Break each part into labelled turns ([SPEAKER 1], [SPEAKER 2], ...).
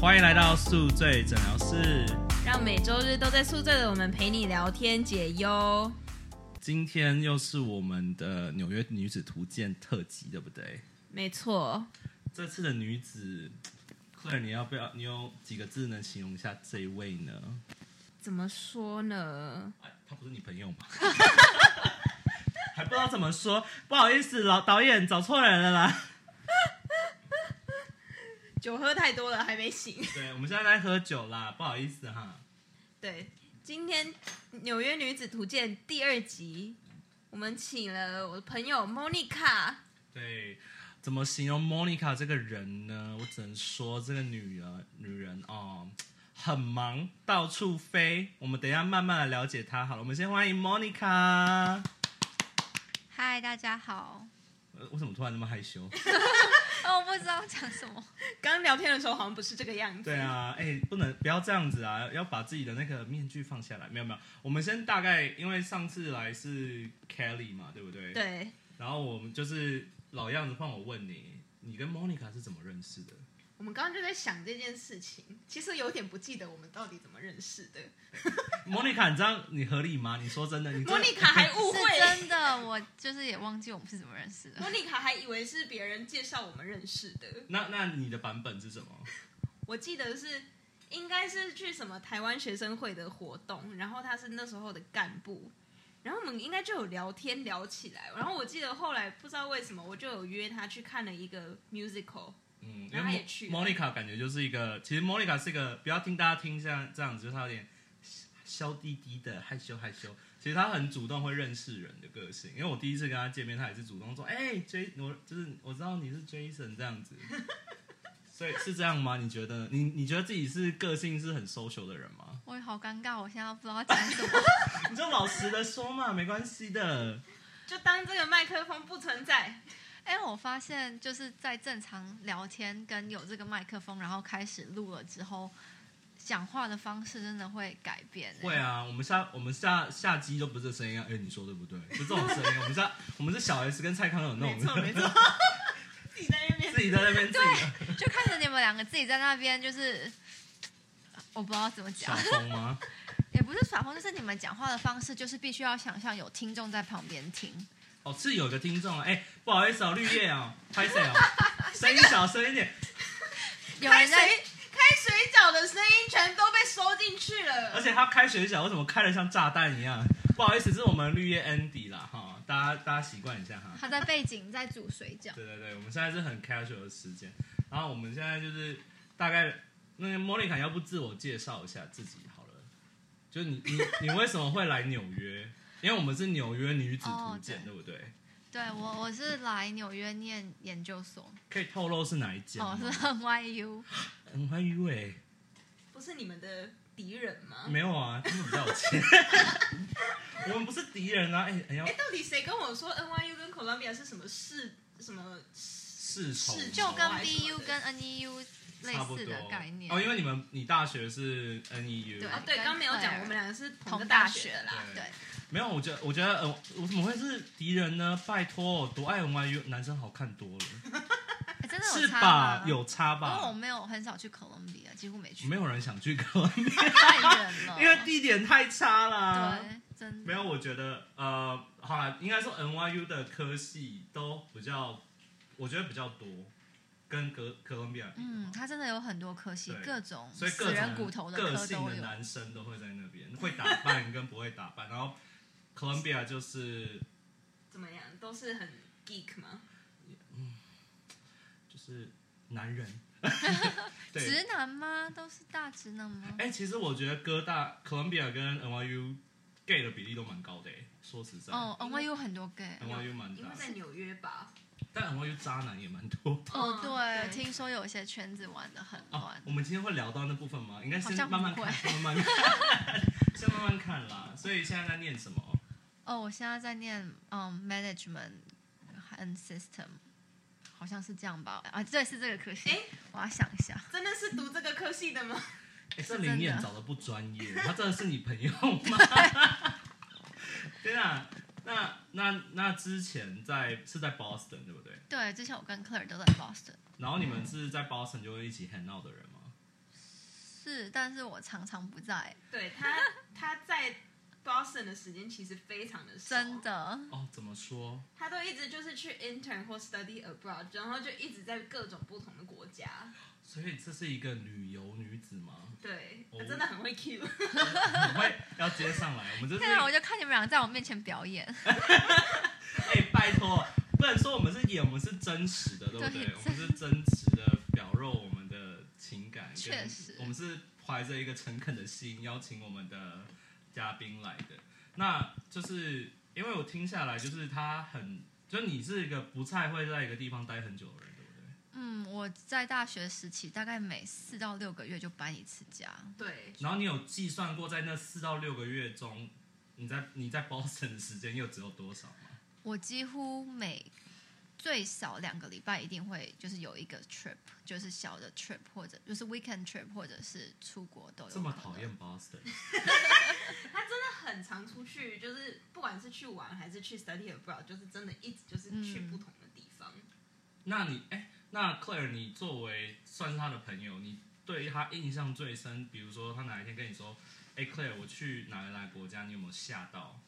[SPEAKER 1] 欢迎来到宿醉诊疗室。
[SPEAKER 2] 让每周日都在宿醉的我们陪你聊天解忧。
[SPEAKER 1] 今天又是我们的纽约女子图鉴特辑，对不对？
[SPEAKER 2] 没错，
[SPEAKER 1] 这次的女子，Claire，你要不要？你有几个字能形容一下这一位呢？
[SPEAKER 2] 怎么说呢？
[SPEAKER 1] 哎她不是你朋友吗？ 还不知道怎么说，不好意思，老导演找错人了啦。
[SPEAKER 2] 酒喝太多了还没醒。
[SPEAKER 1] 对，我们现在在喝酒啦，不好意思哈。
[SPEAKER 2] 对，今天《纽约女子图鉴》第二集，我们请了我的朋友 Monica。
[SPEAKER 1] 对，怎么形容 Monica 这个人呢？我只能说，这个女人，女人哦，很忙，到处飞。我们等一下慢慢来了解她好了。我们先欢迎 Monica。
[SPEAKER 3] 嗨，大家好。
[SPEAKER 1] 呃为什么突然那么害羞？
[SPEAKER 3] 哦，我不知道讲什么。
[SPEAKER 2] 刚聊天的时候好像不是这个样子。
[SPEAKER 1] 对啊，哎、不能不要这样子啊，要把自己的那个面具放下来。没有没有，我们先大概，因为上次来是 Kelly 嘛，对不对？。
[SPEAKER 2] 对，
[SPEAKER 1] 然后我们就是老样子，换我问你，你跟 Monica 是怎么认识的？
[SPEAKER 2] 我们刚刚就在想这件事情，其实有点不记得我们到底怎么认识的。
[SPEAKER 1] Monica，你这样你合理吗？你说真的，你真的
[SPEAKER 2] Monica 还误
[SPEAKER 3] 是
[SPEAKER 2] 会
[SPEAKER 3] 真的，我就是也忘记我们是怎么认识的。
[SPEAKER 2] ，Monica 还以为是别人介绍我们认识的。
[SPEAKER 1] 那那你的版本是什么？
[SPEAKER 2] 我记得是应该是去什么台湾学生会的活动，然后他是那时候的干部，然后我们应该就有聊天聊起来，然后我记得后来不知道为什么我就有约他去看了一个 musical，
[SPEAKER 1] 嗯，因
[SPEAKER 2] 然后他也
[SPEAKER 1] 为
[SPEAKER 2] 去
[SPEAKER 1] Mo- Monica 感觉就是一个，其实 Monica 是一个，不要听大家听像这样子，就是她有点小滴滴的害羞害羞。其实她很主动，会认识人的个性。因为我第一次跟她见面，她也是主动说：“哎、j 我就是我知道你是 Jason 这样子。”所以是这样吗？你觉得你你觉得自己是个性是很 social 的人吗？
[SPEAKER 3] 我也好尴尬，我现在不知道讲什 么。
[SPEAKER 1] 你就老实的说嘛，没关系的。
[SPEAKER 2] 就当这个麦克风不存在。
[SPEAKER 3] 哎、我发现就是在正常聊天跟有这个麦克风，然后开始录了之后，讲话的方式真的会改变、哎
[SPEAKER 1] 会，啊，我们下我们下下机就不是这声音啊，哎、你说对不对？就这种声音，我们下 我们是小 S 跟蔡康永那
[SPEAKER 2] 没
[SPEAKER 1] 种，
[SPEAKER 2] 错没错，自己在那边
[SPEAKER 1] 自己在那边自己
[SPEAKER 3] 就看着你们两个自己在那边，就是我不知道怎么
[SPEAKER 1] 耍
[SPEAKER 3] 讲，
[SPEAKER 1] 疯吗？
[SPEAKER 3] 也不是耍疯，就是你们讲话的方式，就是必须要想象有听众在旁边听。
[SPEAKER 1] 哦，是有个听众啊，哎、不好意思哦，绿叶哦，拍 谁哦？声音小声一点，
[SPEAKER 3] 有
[SPEAKER 2] 开
[SPEAKER 3] 人在
[SPEAKER 2] 水开水饺的声音全都被收进去了，
[SPEAKER 1] 而且他开水饺为什么开的像炸弹一样？不好意思，这是我们绿叶 Andy 啦，哈，大家大家习惯一下哈。
[SPEAKER 3] 他在背景在煮水饺。
[SPEAKER 1] 对对对，我们现在是很 casual 的时间，然后我们现在就是大概那个 Monica 要不自我介绍一下自己好了，就你 你你为什么会来纽约？因为我们是纽约女子图鉴，
[SPEAKER 3] 哦
[SPEAKER 1] 对不对？
[SPEAKER 3] 对我，我是来纽约念研究所，
[SPEAKER 1] 可以透露是哪一间
[SPEAKER 3] 哦
[SPEAKER 1] 吗？，
[SPEAKER 3] 是 NYU，
[SPEAKER 1] 很怀疑哎，
[SPEAKER 2] 不是你们的敌人
[SPEAKER 3] 嗯
[SPEAKER 2] 吗？
[SPEAKER 1] 没有啊，他们比较有 钱，我们不是敌人啊，哎、哎要
[SPEAKER 2] 哎，到底谁跟我说 NYU 跟 Columbia 是什么市什么
[SPEAKER 1] 世仇
[SPEAKER 2] 是
[SPEAKER 3] 就跟
[SPEAKER 2] 还是什么
[SPEAKER 3] BU
[SPEAKER 2] 的
[SPEAKER 3] 跟 NEU 类
[SPEAKER 1] 差不
[SPEAKER 3] 似
[SPEAKER 1] 多
[SPEAKER 3] 的概念。
[SPEAKER 1] 哦，因为你们你大学是 E NEU，
[SPEAKER 3] 对
[SPEAKER 2] 啊，对，
[SPEAKER 3] 跟
[SPEAKER 2] 刚没有讲，
[SPEAKER 3] Claire
[SPEAKER 2] 我们两个是同
[SPEAKER 3] 同
[SPEAKER 2] 个
[SPEAKER 3] 大
[SPEAKER 2] 学的
[SPEAKER 3] 学
[SPEAKER 2] 啦。
[SPEAKER 3] 对，
[SPEAKER 1] 没有，我觉得我觉得呃，我怎么会是敌人呢？拜托，多爱 NYU 男生好看多了，
[SPEAKER 3] 哎真的
[SPEAKER 1] 是
[SPEAKER 3] 差哦
[SPEAKER 1] 吧
[SPEAKER 3] 吗？？，
[SPEAKER 1] 有差
[SPEAKER 3] 因为
[SPEAKER 1] 吧？
[SPEAKER 3] 我没有很少去哥伦比亚，几乎没去，
[SPEAKER 1] 没有人想去哥
[SPEAKER 3] 哦
[SPEAKER 1] 伦比
[SPEAKER 3] 太远
[SPEAKER 1] 亚，
[SPEAKER 3] 了。
[SPEAKER 1] 因为地点太差啦。
[SPEAKER 3] 对，真的
[SPEAKER 1] 没有，我觉得呃，好啦，应该说 NYU 的科系都比较，我觉得比较多，跟哥哥伦比亚比的话
[SPEAKER 3] 嗯，它真的有很多科系
[SPEAKER 1] 对，
[SPEAKER 3] 各种
[SPEAKER 1] 所以
[SPEAKER 3] 死
[SPEAKER 1] 各
[SPEAKER 3] 人
[SPEAKER 1] 种
[SPEAKER 3] 骨头的
[SPEAKER 1] 个
[SPEAKER 3] 科
[SPEAKER 1] 性
[SPEAKER 3] 都
[SPEAKER 1] 的
[SPEAKER 3] 有。
[SPEAKER 1] 男生都会在那边，会打扮跟不会打扮。然后 Columbia 就是
[SPEAKER 2] 怎么样？都是很 geek 吗？
[SPEAKER 1] 就是男 人，对。
[SPEAKER 3] 直男吗？都是大直男吗？
[SPEAKER 1] 哎、其实我觉得哥大 Columbia 跟 NYU gay 的比例都蛮高的、欸，说实在、
[SPEAKER 3] 哦，NYU 很多 gay。
[SPEAKER 1] n y u 蛮
[SPEAKER 2] 因
[SPEAKER 1] 大
[SPEAKER 2] 为
[SPEAKER 1] 的，
[SPEAKER 2] 在纽约吧。
[SPEAKER 1] 但 NYU 渣男也蛮多。
[SPEAKER 3] 哦，对，
[SPEAKER 2] 对
[SPEAKER 3] 听说有些圈子玩的很
[SPEAKER 1] 哦
[SPEAKER 3] 乱，。
[SPEAKER 1] 我们今天会聊到那部分吗？应该先
[SPEAKER 3] 好像
[SPEAKER 1] 慢慢
[SPEAKER 3] 不
[SPEAKER 1] 看，
[SPEAKER 3] 会
[SPEAKER 1] 先慢慢看，先慢慢看啦。所以现在在念什么？
[SPEAKER 3] 哦，我现在在念嗯 management and system，好像是这样吧？啊，对，是这个科系。
[SPEAKER 2] 诶
[SPEAKER 3] 我要想一下。
[SPEAKER 2] 真的是读这个科系的吗？
[SPEAKER 1] 哎、这
[SPEAKER 3] 真
[SPEAKER 1] 林念
[SPEAKER 3] 的
[SPEAKER 1] 找的不专业，他真的是你朋友 吗？ 天啊，那那那之前在是在 Boston 对不对？
[SPEAKER 3] 对，之前我跟 Claire 都在 Boston，
[SPEAKER 1] 然后你们是在 Boston 就会一起 hang out 的人吗？
[SPEAKER 3] 是，但是我常常不在，
[SPEAKER 2] 对他，他在 Boston 的时间其实非常的少，
[SPEAKER 3] 真的。
[SPEAKER 1] 哦，怎么说？
[SPEAKER 2] 他都一直就是去 intern 或 study abroad，然后就一直在各种不同的国家。
[SPEAKER 1] 所以这是一个旅游女子吗？
[SPEAKER 2] 对，
[SPEAKER 1] 哦
[SPEAKER 2] 他真的很会 Q。
[SPEAKER 1] 很会要接上来，我们这是
[SPEAKER 3] 对啊，我就看你们俩在我面前表演，
[SPEAKER 1] 哎、拜托，不能说我们是演，我们是真实的，对不对？
[SPEAKER 3] 对
[SPEAKER 1] 我们是真实的表露我们的情感，跟
[SPEAKER 3] 确实
[SPEAKER 1] 我们是怀着一个诚恳的心邀请我们的嘉宾来的。那就是因为我听下来，就是他很，就你是一个不太会在一个地方待很久的人，对不对？
[SPEAKER 3] 嗯，我在大学时期大概每四到六个月就搬一次家，
[SPEAKER 2] 对，
[SPEAKER 1] 然后你有计算过，在那四到六个月中，你在你在 Boston 的时间又只有多少吗？
[SPEAKER 3] 我几乎每最少两个礼拜一定会就是有一个 trip，就是小的 trip 或者就是 weekend trip 或者是出国都有。
[SPEAKER 1] 这么讨厌？Boston，
[SPEAKER 2] 他真的很常出去，就是不管是去玩还是去 study abroad，就是真的一直就是去
[SPEAKER 3] 嗯
[SPEAKER 2] 不同的地方。
[SPEAKER 1] 那你哎、那 Claire，你作为算是他的朋友，你对他印象最深，比如说他哪一天跟你说，哎、c l a i r e 我去哪里哪里国家，你有没有吓到？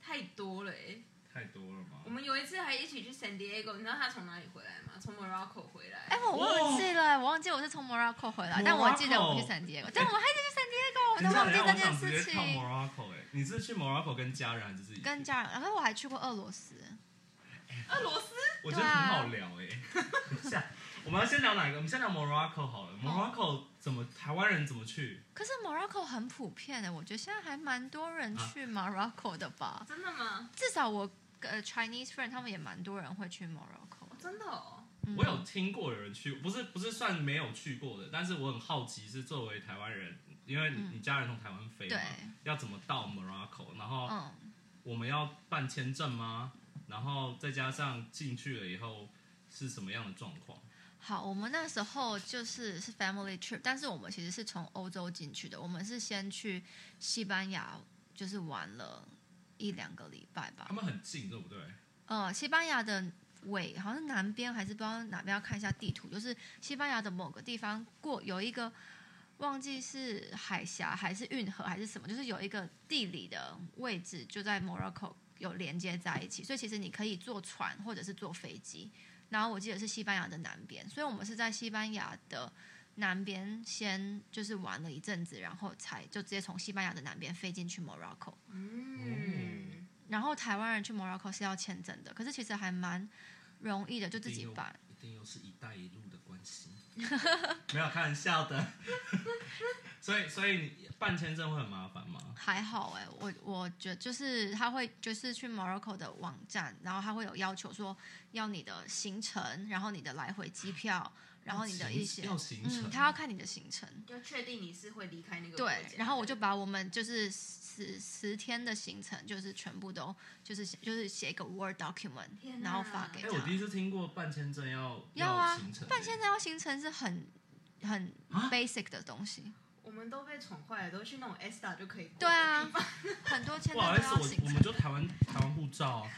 [SPEAKER 2] 太多了哎、
[SPEAKER 1] 太多了吗
[SPEAKER 2] 我？们有一次还一起去 San Diego，你知道他从哪里回来吗？从 Morocco 回来。
[SPEAKER 3] 哎，我忘记了，我忘记我是从 Morocco 回来
[SPEAKER 1] Morocco
[SPEAKER 3] 但我记得我去 San Diego，但我还一直去 San Diego，我都忘
[SPEAKER 1] 等一下
[SPEAKER 3] 记这
[SPEAKER 1] 等一下
[SPEAKER 3] 件
[SPEAKER 1] 我想直
[SPEAKER 3] 事
[SPEAKER 1] 接跳
[SPEAKER 3] 情。
[SPEAKER 1] Morocco 哎、你是去 Morocco 跟家人还是自己去？
[SPEAKER 3] 跟家人，然后我还去过俄罗斯，
[SPEAKER 2] 俄罗斯
[SPEAKER 1] 我觉得很好聊
[SPEAKER 3] 啊
[SPEAKER 1] 哎、等一下， 我们要先聊哪一个？我们先聊 Morocco 好了。Morocco 怎么台湾人怎么去？
[SPEAKER 3] 可是 Morocco 很普遍的，我觉得现在还蛮多人
[SPEAKER 1] 啊
[SPEAKER 3] 去 Morocco 的吧，
[SPEAKER 2] 真的吗？
[SPEAKER 3] 至少我呃 Chinese friend 他们也蛮多人会去 Morocco
[SPEAKER 2] 哦。真的哦，
[SPEAKER 3] 嗯
[SPEAKER 1] 我有听过有人去，不是不是算没有去过的，但是我很好奇，是作为台湾人，因为你,、
[SPEAKER 3] 嗯
[SPEAKER 1] 你家人从台湾飞嘛
[SPEAKER 3] 对，，
[SPEAKER 1] 要怎么到 Morocco，然后
[SPEAKER 3] 嗯。
[SPEAKER 1] 我们要办签证吗？然后再加上进去了以后是什么样的状况？
[SPEAKER 3] 好，我们那时候就是是 family trip，但是我们其实是从欧洲进去的，我们是先去西班牙，就是玩了一两个礼拜吧
[SPEAKER 1] 他。们很近，对不对？
[SPEAKER 3] 呃，西班牙的尾好像是南边还是不知道哪边，要看一下地图，就是西班牙的某个地方过有一个。忘记是海峡还是运河还是什么，就是有一个地理的位置就在 Morocco 有连接在一起，所以其实你可以坐船或者是坐飞机。然后我记得是西班牙的南边，所以我们是在西班牙的南边先就是玩了一阵子，然后才就直接从西班牙的南边飞进去 Morocco。
[SPEAKER 2] 嗯，
[SPEAKER 3] 然后台湾人去 Morocco 是要签证的，可是其实还蛮容易的，就自己办。
[SPEAKER 1] 一定又是一带一路的关系， 没有开玩笑的。 所以，所以你办签证会很麻烦吗？
[SPEAKER 3] 还好哎、我我觉得就是他会就是去 Morocco 的网站，然后他会有要求说要你的行程，然后你的来回机票，然后你的一些
[SPEAKER 1] 要哦行程，
[SPEAKER 3] 嗯，他要看你的行程。
[SPEAKER 2] 要确定你是会离开那个国家
[SPEAKER 3] 对
[SPEAKER 2] 的。，
[SPEAKER 3] 然后我就把我们就是十十天的行程，就是全部都就是就是写一个 Word document，
[SPEAKER 2] 天哪
[SPEAKER 3] 然后发给
[SPEAKER 1] 哎、我
[SPEAKER 3] 他
[SPEAKER 1] 第。一次听过办签证要
[SPEAKER 3] 要啊
[SPEAKER 1] 行程，
[SPEAKER 3] 办签证要行程是很很
[SPEAKER 1] 啊
[SPEAKER 3] basic 的东西。
[SPEAKER 2] 我们都被宠坏了，都去那种 ESTA 就可以过。
[SPEAKER 3] 对啊，很多签证
[SPEAKER 1] 不
[SPEAKER 3] 都
[SPEAKER 1] 好意思，
[SPEAKER 3] 要
[SPEAKER 1] 我
[SPEAKER 3] 行
[SPEAKER 1] 我们
[SPEAKER 3] 程。
[SPEAKER 1] 就台湾台湾护照、啊，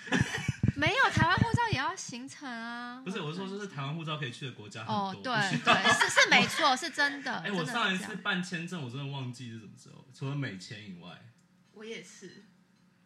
[SPEAKER 3] 没有台湾护照也要行程啊。
[SPEAKER 1] 不是我是说，就是台湾护照可以去的国家很多。
[SPEAKER 3] 哦，对对，是是没错，是真的。
[SPEAKER 1] 哎、
[SPEAKER 3] 真
[SPEAKER 1] 我
[SPEAKER 3] 的是
[SPEAKER 1] 上一
[SPEAKER 3] 这
[SPEAKER 1] 次
[SPEAKER 3] 样
[SPEAKER 1] 办签证，我真的忘记是什么时候，除了美签以外，
[SPEAKER 2] 我也是。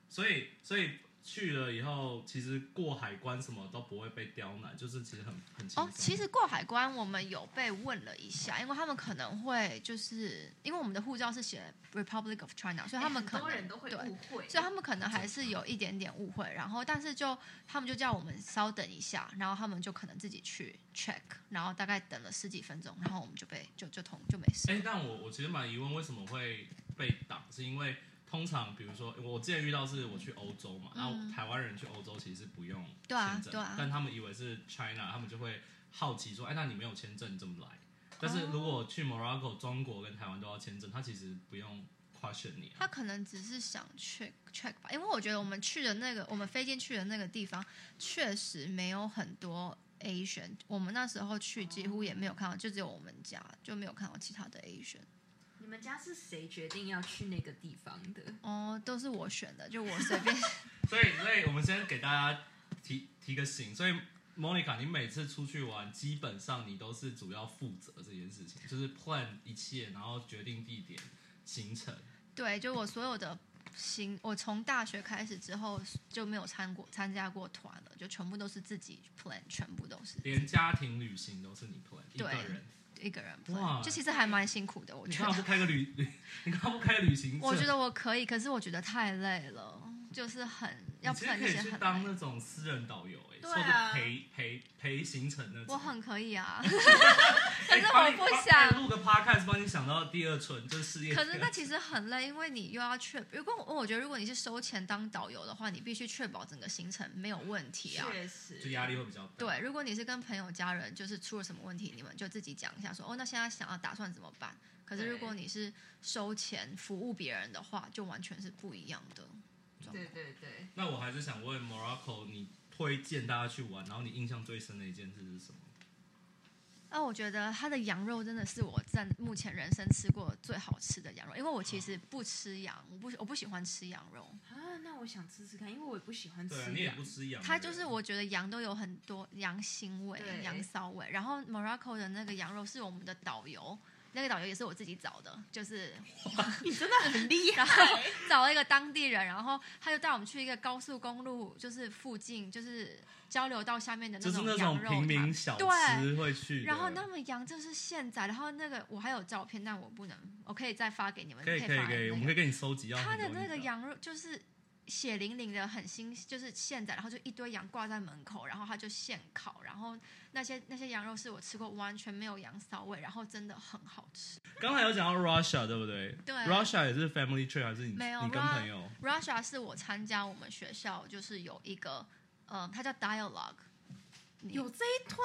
[SPEAKER 1] 所以所以去了以后，其实过海关什么都不会被刁难，就是其实很很轻松。
[SPEAKER 3] 哦，其实过海关我们有被问了一下，因为他们可能会就是因为我们的护照是写 Republic of China，所以他们
[SPEAKER 2] 哎很
[SPEAKER 3] 可能
[SPEAKER 2] 多人都会
[SPEAKER 3] 对
[SPEAKER 2] 误会，
[SPEAKER 3] 所以他们可能还是有一点点误会，然后但是就他们就叫我们稍等一下，然后他们就可能自己去 check，然后大概等了十几分钟，然后我们就被就就通就没事。
[SPEAKER 1] 哎、但我我其实蛮疑问，为什么会被挡？是因为通常比如说我之前遇到是我去欧洲嘛，然后
[SPEAKER 3] 嗯
[SPEAKER 1] 台湾人去欧洲其实是不用
[SPEAKER 3] 对啊
[SPEAKER 1] 签证的
[SPEAKER 3] 对啊
[SPEAKER 1] 但他们以为是 China，他们就会好奇说，哎、那你没有签证你怎么来？但
[SPEAKER 3] 哦
[SPEAKER 1] 是如果去 Morocco 中国跟台湾都要签证，他其实不用 question 你、啊
[SPEAKER 3] 他。可能只是想 check check 吧，因为我觉得我们去的那个我们飞进去的那个地方确实没有很多 Asian，我们那时候去几乎也没有看到，就只有我们家就没有看到其他的 Asian。
[SPEAKER 2] 你们家是谁决定要去那个地方的？
[SPEAKER 3] 哦，都是我选的，就我随便。
[SPEAKER 1] 所以，所以我们先给大家提提个醒，所以 Monica，你每次出去玩，基本上你都是主要负责这件事情，就是 plan 一切，然后决定地点、行程。
[SPEAKER 3] 对，就我所有的行，我从大学开始之后就没有参过参加过团了，就全部都是自己 plan，全部都是
[SPEAKER 1] 连家庭旅行都是你 plan 一
[SPEAKER 3] 对
[SPEAKER 1] 个人，
[SPEAKER 3] 一个人
[SPEAKER 1] 哇
[SPEAKER 3] plan，就其实还蛮辛苦的，我
[SPEAKER 1] 你
[SPEAKER 3] 觉
[SPEAKER 1] 干嘛不
[SPEAKER 3] 得。
[SPEAKER 1] 开个旅 旅？你干嘛不开旅行社？
[SPEAKER 3] 我觉得我可以，可是我觉得太累了，就是很要
[SPEAKER 1] 你其实
[SPEAKER 3] plan
[SPEAKER 1] 可
[SPEAKER 3] 那
[SPEAKER 1] 以
[SPEAKER 3] 些
[SPEAKER 1] 去
[SPEAKER 3] 很
[SPEAKER 1] 当
[SPEAKER 3] 累
[SPEAKER 1] 那种私人导游、哎、
[SPEAKER 2] 对
[SPEAKER 1] 说
[SPEAKER 2] 啊
[SPEAKER 1] 的陪陪陪行程那种。
[SPEAKER 3] 我很可以啊，
[SPEAKER 1] 哎，
[SPEAKER 3] 可是
[SPEAKER 1] 帮
[SPEAKER 3] 我
[SPEAKER 1] 你
[SPEAKER 3] 不
[SPEAKER 1] 帮
[SPEAKER 3] 想
[SPEAKER 1] 帮你录个 podcast，帮你想到第二春，就是事业。
[SPEAKER 3] 可是那其实很累，因为你又要确，如果我我觉得如果你是收钱当导游的话，你必须确保整个行程没有问题啊。
[SPEAKER 2] 确
[SPEAKER 1] 就
[SPEAKER 2] 实，
[SPEAKER 1] 压力会比较大。
[SPEAKER 3] 对，如果你是跟朋友、家人，就是出了什么问题，你们就自己讲一下说，哦，那现在想要打算怎么办？可是
[SPEAKER 2] 对
[SPEAKER 3] 如果你是收钱服务别人的话，就完全是不一样的状
[SPEAKER 2] 对
[SPEAKER 3] 况。
[SPEAKER 2] 对对。
[SPEAKER 1] 那我还是想问 Morocco，你推荐大家去玩，然后你印象最深的一件事是什么？
[SPEAKER 3] 那我觉得它的羊肉真的是我在目前人生吃过最好吃的羊肉，因为我其实不吃羊，我不我不喜欢吃羊肉。
[SPEAKER 2] 啊，那我想吃吃看，因为我也不喜欢吃
[SPEAKER 1] 对啊，
[SPEAKER 2] 羊。
[SPEAKER 1] 你也不吃羊，
[SPEAKER 3] 它就是我觉得羊都有很多羊腥味
[SPEAKER 2] 对、
[SPEAKER 3] 羊骚味。然后 Morocco 的那个羊肉是我们的导游，那个导游也是我自己找的，就是
[SPEAKER 2] 你真的很厉
[SPEAKER 3] 然
[SPEAKER 2] 害。
[SPEAKER 3] 后找了一个当地人，然后他就带我们去一个高速公路，就是附近就是交流道下面的
[SPEAKER 1] 对不对，就是那
[SPEAKER 3] 种
[SPEAKER 1] 种
[SPEAKER 3] 羊肉
[SPEAKER 1] 平民
[SPEAKER 3] 摊。
[SPEAKER 1] 小吃
[SPEAKER 3] 对
[SPEAKER 1] 会去的。
[SPEAKER 3] 然后那么羊就是现宰，然后那个我还有照片，但我不能，我可以再发给你们，
[SPEAKER 1] 可以
[SPEAKER 3] 你
[SPEAKER 1] 可以
[SPEAKER 3] 发
[SPEAKER 1] 可以，我
[SPEAKER 3] 那个
[SPEAKER 1] 们可以给你收集要
[SPEAKER 3] 它
[SPEAKER 1] 很多
[SPEAKER 3] 的
[SPEAKER 1] 印
[SPEAKER 3] 那个
[SPEAKER 1] 象
[SPEAKER 3] 羊肉就是血淋淋的，很新，就是现宰，然后就一堆羊挂在门口，然后它就现烤，然后那些那些羊肉是我吃过完全没有羊骚味，然后真的很好吃。
[SPEAKER 1] 刚才有讲到 Russia 对不对？
[SPEAKER 3] 对
[SPEAKER 1] Russia 也是 family trip 还是你
[SPEAKER 3] 哎没有
[SPEAKER 1] 你跟
[SPEAKER 3] Ru-
[SPEAKER 1] 朋友？
[SPEAKER 3] Russia 是我参加我们学校就是有一个，呃，它叫 Dialogue。你
[SPEAKER 2] 有这一团，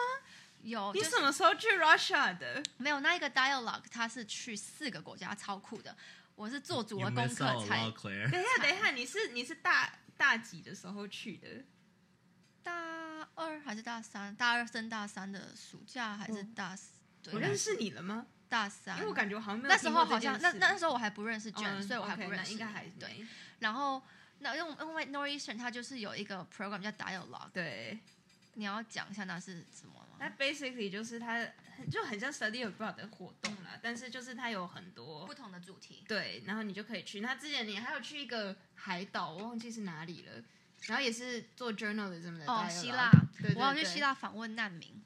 [SPEAKER 3] 有
[SPEAKER 2] 你
[SPEAKER 3] 就是
[SPEAKER 2] 什么时候去 Russia 的？
[SPEAKER 3] 没有那一个 dialogue？它是去四个国家，超酷的。我是做足
[SPEAKER 1] You
[SPEAKER 3] 了功
[SPEAKER 1] miss
[SPEAKER 3] 课
[SPEAKER 1] out a
[SPEAKER 3] 才
[SPEAKER 1] lot, Claire。
[SPEAKER 2] 等一下，等一下，你是你是大大几的时候去的？
[SPEAKER 3] 大二还是大三，大二升大三的暑假还是大四、对
[SPEAKER 2] 嗯我认识你了吗？
[SPEAKER 3] 大三，
[SPEAKER 2] 因为我感觉我好像没有
[SPEAKER 3] 那时
[SPEAKER 2] 听
[SPEAKER 3] 候
[SPEAKER 2] 过这
[SPEAKER 3] 好
[SPEAKER 2] 件
[SPEAKER 3] 像
[SPEAKER 2] 事。
[SPEAKER 3] 那那时候我还不认识
[SPEAKER 2] 嗯
[SPEAKER 3] Jen，、所以我还
[SPEAKER 2] OK，
[SPEAKER 3] 不
[SPEAKER 2] 那
[SPEAKER 3] 认识你。
[SPEAKER 2] 应该还
[SPEAKER 3] 对。然后那因为因为 Northeastern 它就是有一个 program 叫 Dialogue，
[SPEAKER 2] 对。
[SPEAKER 3] 你要讲一下那是什么吗？
[SPEAKER 2] 那 basically 就是它很就很像 study abroad 的活动啦，但是就是它有很多
[SPEAKER 3] 不同的主题，
[SPEAKER 2] 对，然后你就可以去。那之前你还有去一个海岛，我忘记是哪里了，然后也是做 journalism 的
[SPEAKER 3] 哦
[SPEAKER 2] dialogue
[SPEAKER 3] 希腊
[SPEAKER 2] 对对对
[SPEAKER 3] 我要去希腊访问难民。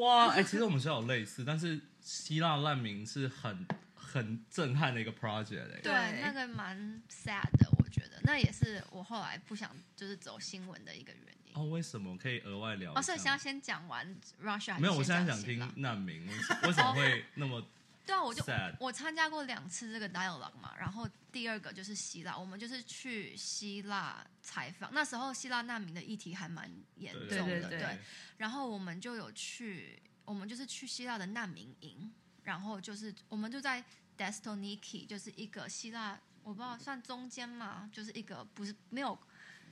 [SPEAKER 1] 哇，哎、其实我们学校有类似，但是希腊难民是很很震撼的一个 project 哎、
[SPEAKER 2] 对
[SPEAKER 3] 那个蛮 sad 的，我觉得那也是我后来不想就是走新闻的一个原因。
[SPEAKER 1] 哦，为什么可以额外聊一下吗？
[SPEAKER 3] 哦，所以先要先讲完 Russia 还是
[SPEAKER 1] 没有，我现在
[SPEAKER 3] 先
[SPEAKER 1] 想
[SPEAKER 3] 讲希
[SPEAKER 1] 听
[SPEAKER 3] 腊
[SPEAKER 1] 难民为什为什么会那么
[SPEAKER 3] 对啊，我就
[SPEAKER 1] sad？
[SPEAKER 3] 我参加过两次这个 dialogue 嘛，然后第二个就是希腊，我们就是去希腊采访，那时候希腊难民的议题还蛮严重的，
[SPEAKER 2] 对对对
[SPEAKER 3] 然后我们就有去，我们就是去希腊的难民营，然后就是我们就在 Destoniki，就是一个希腊，我不知道算中间嘛，就是一个不是没有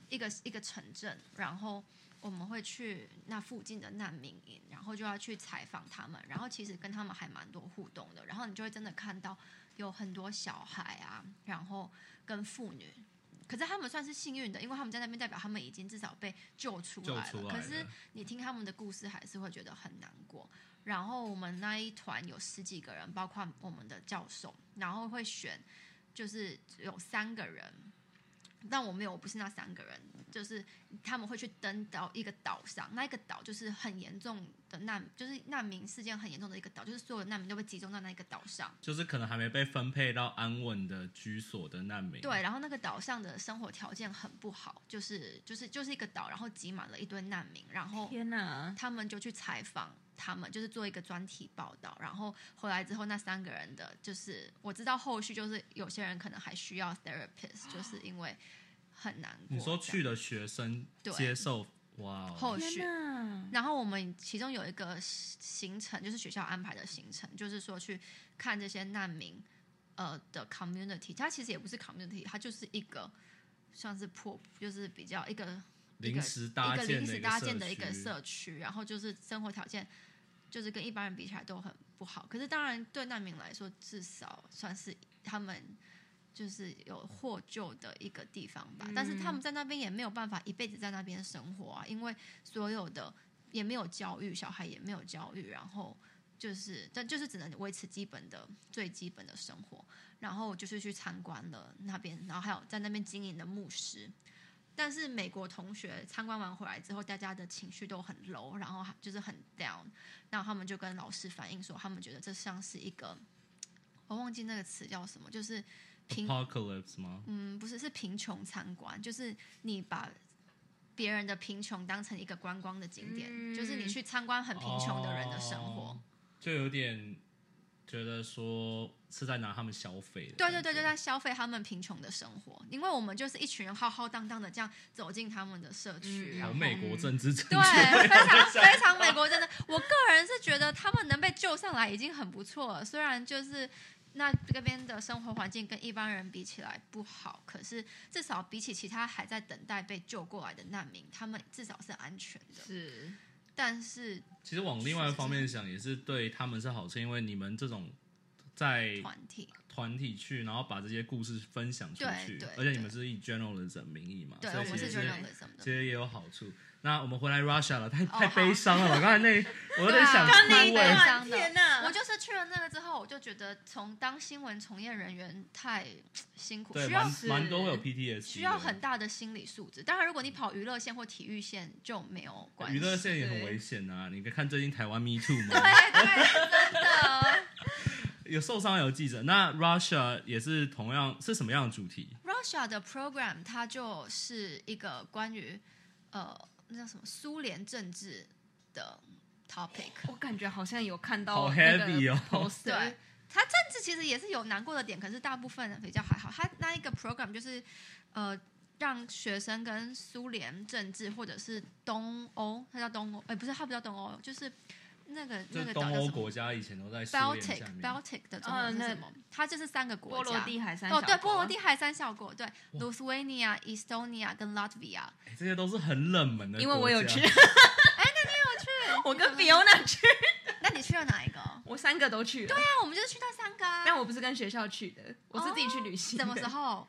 [SPEAKER 3] 一个一个城镇，然后我们会去那附近的难民营，然后就要去采访他们，然后其实跟他们还蛮多互动的，然后你就会真的看到有很多小孩啊，然后跟妇女。可是他们算是幸运的，因为他们在那边代表他们已经至少被救出来了。
[SPEAKER 1] 救出来
[SPEAKER 3] 可
[SPEAKER 1] 了
[SPEAKER 3] 是你听他们的故事还是会觉得很难过。然后我们那一团有十几个人，包括我们的教授，然后会选就是有三个人，但我没有，我不是那三个人，就是他们会去登到一个岛上，那一个岛就是很严重的难，就是难民事件很严重的一个岛，就是所有的难民都被集中到那一个岛上。
[SPEAKER 1] 就是可能还没被分配到安稳的居所的难民。
[SPEAKER 3] 对，然后那个岛上的生活条件很不好，就是就是就是一个岛，然后挤满了一堆难民，然后
[SPEAKER 2] 天哪，
[SPEAKER 3] 他们就去采访他们，就是做一个专题报道。然后回来之后，那三个人的就是我知道后续就是有些人可能还需要 therapist，就是因为很难过。
[SPEAKER 1] 你说
[SPEAKER 3] 这样
[SPEAKER 1] 去的学生
[SPEAKER 3] 对
[SPEAKER 1] 接受哇哦，
[SPEAKER 3] 后
[SPEAKER 2] 天
[SPEAKER 3] 续，
[SPEAKER 2] 哪，
[SPEAKER 3] 然后我们其中有一个行程，就是学校安排的行程，就是说去看这些难民呃的 community。它其实也不是 community，它就是一个像是破，就是比较一个一
[SPEAKER 1] 临
[SPEAKER 3] 个
[SPEAKER 1] 时搭
[SPEAKER 3] 一个
[SPEAKER 1] 建
[SPEAKER 3] 临
[SPEAKER 1] 的
[SPEAKER 3] 时搭建的一
[SPEAKER 1] 个
[SPEAKER 3] 个
[SPEAKER 1] 社区
[SPEAKER 3] 社区，然后就是生活条件就是跟一般人比起来都很不好。可是当然对难民来说，至少算是他们就是有获救的一个
[SPEAKER 1] 嗯
[SPEAKER 3] 地方吧。但是他们在那边也没有办法一辈子在那边生活啊，因为所有的也没有教育，小孩也没有教育，然后就是但就是只能维持基本的最基本的生活，然后就是去参观了那边，然后还有在那边经营的牧师。但是美国同学参观完回来之后，大家的情绪都很 low，然后就是很 down，然后他们就跟老师反映说，他们觉得这像是一个，我忘记那个词叫什么，就是贫
[SPEAKER 1] Apocalypse 吗？
[SPEAKER 3] 嗯，不是，是贫穷参观，就是你把别人的贫穷当成一个观光的景点，
[SPEAKER 2] 嗯
[SPEAKER 3] 就是你去参观很贫穷的人的生活。
[SPEAKER 1] 哦就有点觉得说是在拿他们消费的
[SPEAKER 3] 对
[SPEAKER 1] 感觉。
[SPEAKER 3] 对对，就在消费他们贫穷的生活，因为我们就是一群人浩浩荡荡的这样走进他们的社区，
[SPEAKER 2] 嗯
[SPEAKER 3] 然
[SPEAKER 1] 好
[SPEAKER 3] 后
[SPEAKER 1] 美国政治正
[SPEAKER 3] 对，
[SPEAKER 1] 确。
[SPEAKER 3] 非常非常美国，真的，我个人是觉得他们能被救上来已经很不错了。虽然就是那这边的生活环境跟一般人比起来不好，可是至少比起其他还在等待被救过来的难民，他们至少是安全的。
[SPEAKER 2] 是
[SPEAKER 3] 但是
[SPEAKER 1] 其实往另外一方面想，也是对他们是好事，因为你们这种在
[SPEAKER 3] 团体，
[SPEAKER 1] 团体去，然后把这些故事分享出去
[SPEAKER 3] 对对，
[SPEAKER 1] 而且你们是以 journalism 名义嘛，
[SPEAKER 3] 对
[SPEAKER 1] 所
[SPEAKER 3] 我
[SPEAKER 1] 以
[SPEAKER 3] 们
[SPEAKER 1] 其
[SPEAKER 3] 是
[SPEAKER 1] 实
[SPEAKER 3] 觉
[SPEAKER 2] 觉
[SPEAKER 3] 得
[SPEAKER 2] 得
[SPEAKER 3] 那个什么
[SPEAKER 1] 其
[SPEAKER 3] 的，哦
[SPEAKER 1] 实也有好处。那我们回来 Russia 了，太
[SPEAKER 3] 好
[SPEAKER 1] 太悲伤了吧，刚才那我有点想
[SPEAKER 3] 对啊
[SPEAKER 2] 刚
[SPEAKER 1] 哭
[SPEAKER 2] 那一
[SPEAKER 3] 对啊
[SPEAKER 1] 哎。
[SPEAKER 2] 段，天 哪！
[SPEAKER 3] 我就是去了那个之后，我就觉得从当新闻从业人员太辛苦，
[SPEAKER 1] 对，
[SPEAKER 3] 需要
[SPEAKER 1] 蛮蛮多会有
[SPEAKER 2] 是
[SPEAKER 1] PTSD，的
[SPEAKER 3] 需要很大的心理素质。当然，如果你跑娱乐线或体育线就没有关系。
[SPEAKER 1] 娱乐线也很
[SPEAKER 2] 对
[SPEAKER 1] 危险啊！你可以看最近台湾 Me Too
[SPEAKER 3] 对
[SPEAKER 1] 吗？
[SPEAKER 3] 对，真的。
[SPEAKER 1] 有受伤有记者，那 Russia 也是同样是什么样的主题？
[SPEAKER 3] Russia 的 program 它就是一个关于呃那叫什么苏联政治的 topic。
[SPEAKER 2] 我感觉好像有看
[SPEAKER 1] 好
[SPEAKER 2] 到那
[SPEAKER 1] heavy
[SPEAKER 2] 个
[SPEAKER 1] 哦
[SPEAKER 2] poster，
[SPEAKER 3] 对，它政治其实也是有难过的点，可是大部分人比较还好。它那一个 program 就是呃让学生跟苏联政治或者是东欧，它叫东欧，哎、不是它不叫东欧，就是那个
[SPEAKER 1] 就
[SPEAKER 3] 那
[SPEAKER 1] 是
[SPEAKER 3] 个岛
[SPEAKER 1] 东
[SPEAKER 3] 叫
[SPEAKER 1] 欧
[SPEAKER 3] 什么
[SPEAKER 1] 国家以前都在苏联下
[SPEAKER 3] Baltic
[SPEAKER 1] 面。
[SPEAKER 3] Baltic 的中文是
[SPEAKER 2] 嗯
[SPEAKER 3] 什么？它就是三个国
[SPEAKER 2] 波
[SPEAKER 3] 家。
[SPEAKER 2] 罗的海三
[SPEAKER 3] 哦，对，
[SPEAKER 2] 小国
[SPEAKER 3] 波罗的海三小国，对，Lithuania、Estonia 跟 Latvia。
[SPEAKER 1] 哎这些都是很冷门的国家，
[SPEAKER 2] 因为我有 去，
[SPEAKER 3] 哎去 嗯
[SPEAKER 2] 我跟 Fiona 去，
[SPEAKER 3] 那你去了哪一个？对
[SPEAKER 2] 我三个都去了。对
[SPEAKER 3] 啊，我们就是去那三个、啊。
[SPEAKER 2] 但我不是跟学校去的，我是自己去旅行。
[SPEAKER 3] 什哦么时？候？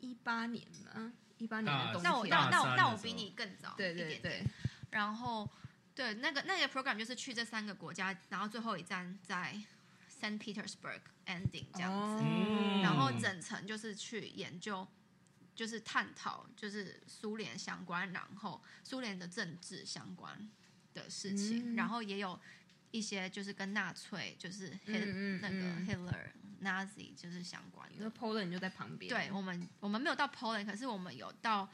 [SPEAKER 2] 一八年吗？一八年的冬天。
[SPEAKER 3] 那我那
[SPEAKER 1] 大
[SPEAKER 3] 我那
[SPEAKER 1] 三
[SPEAKER 3] 我
[SPEAKER 1] 的
[SPEAKER 3] 那我
[SPEAKER 1] 时
[SPEAKER 3] 比
[SPEAKER 1] 候
[SPEAKER 3] 你更早
[SPEAKER 2] 对
[SPEAKER 3] 一
[SPEAKER 2] 对
[SPEAKER 3] 点
[SPEAKER 2] 对
[SPEAKER 3] 点。，然后对那个那个 program 就是去这三个国家，然后最后一站在 Saint Petersburg ending 这样
[SPEAKER 2] 哦
[SPEAKER 3] 子。
[SPEAKER 1] 嗯
[SPEAKER 3] 然后整层就是去研究，就是探讨就是苏联相关，然后苏联的政治相关的事情，
[SPEAKER 2] 嗯
[SPEAKER 3] 然后也有一些就是跟纳粹就是
[SPEAKER 2] 嗯
[SPEAKER 3] Hit,
[SPEAKER 2] 嗯
[SPEAKER 3] 那个
[SPEAKER 2] 嗯
[SPEAKER 3] Hitler、Nazi 就是相关
[SPEAKER 2] 那
[SPEAKER 3] 的。
[SPEAKER 2] Poland 就在旁边。
[SPEAKER 3] 对我们我们没有到 Poland，可是我们有到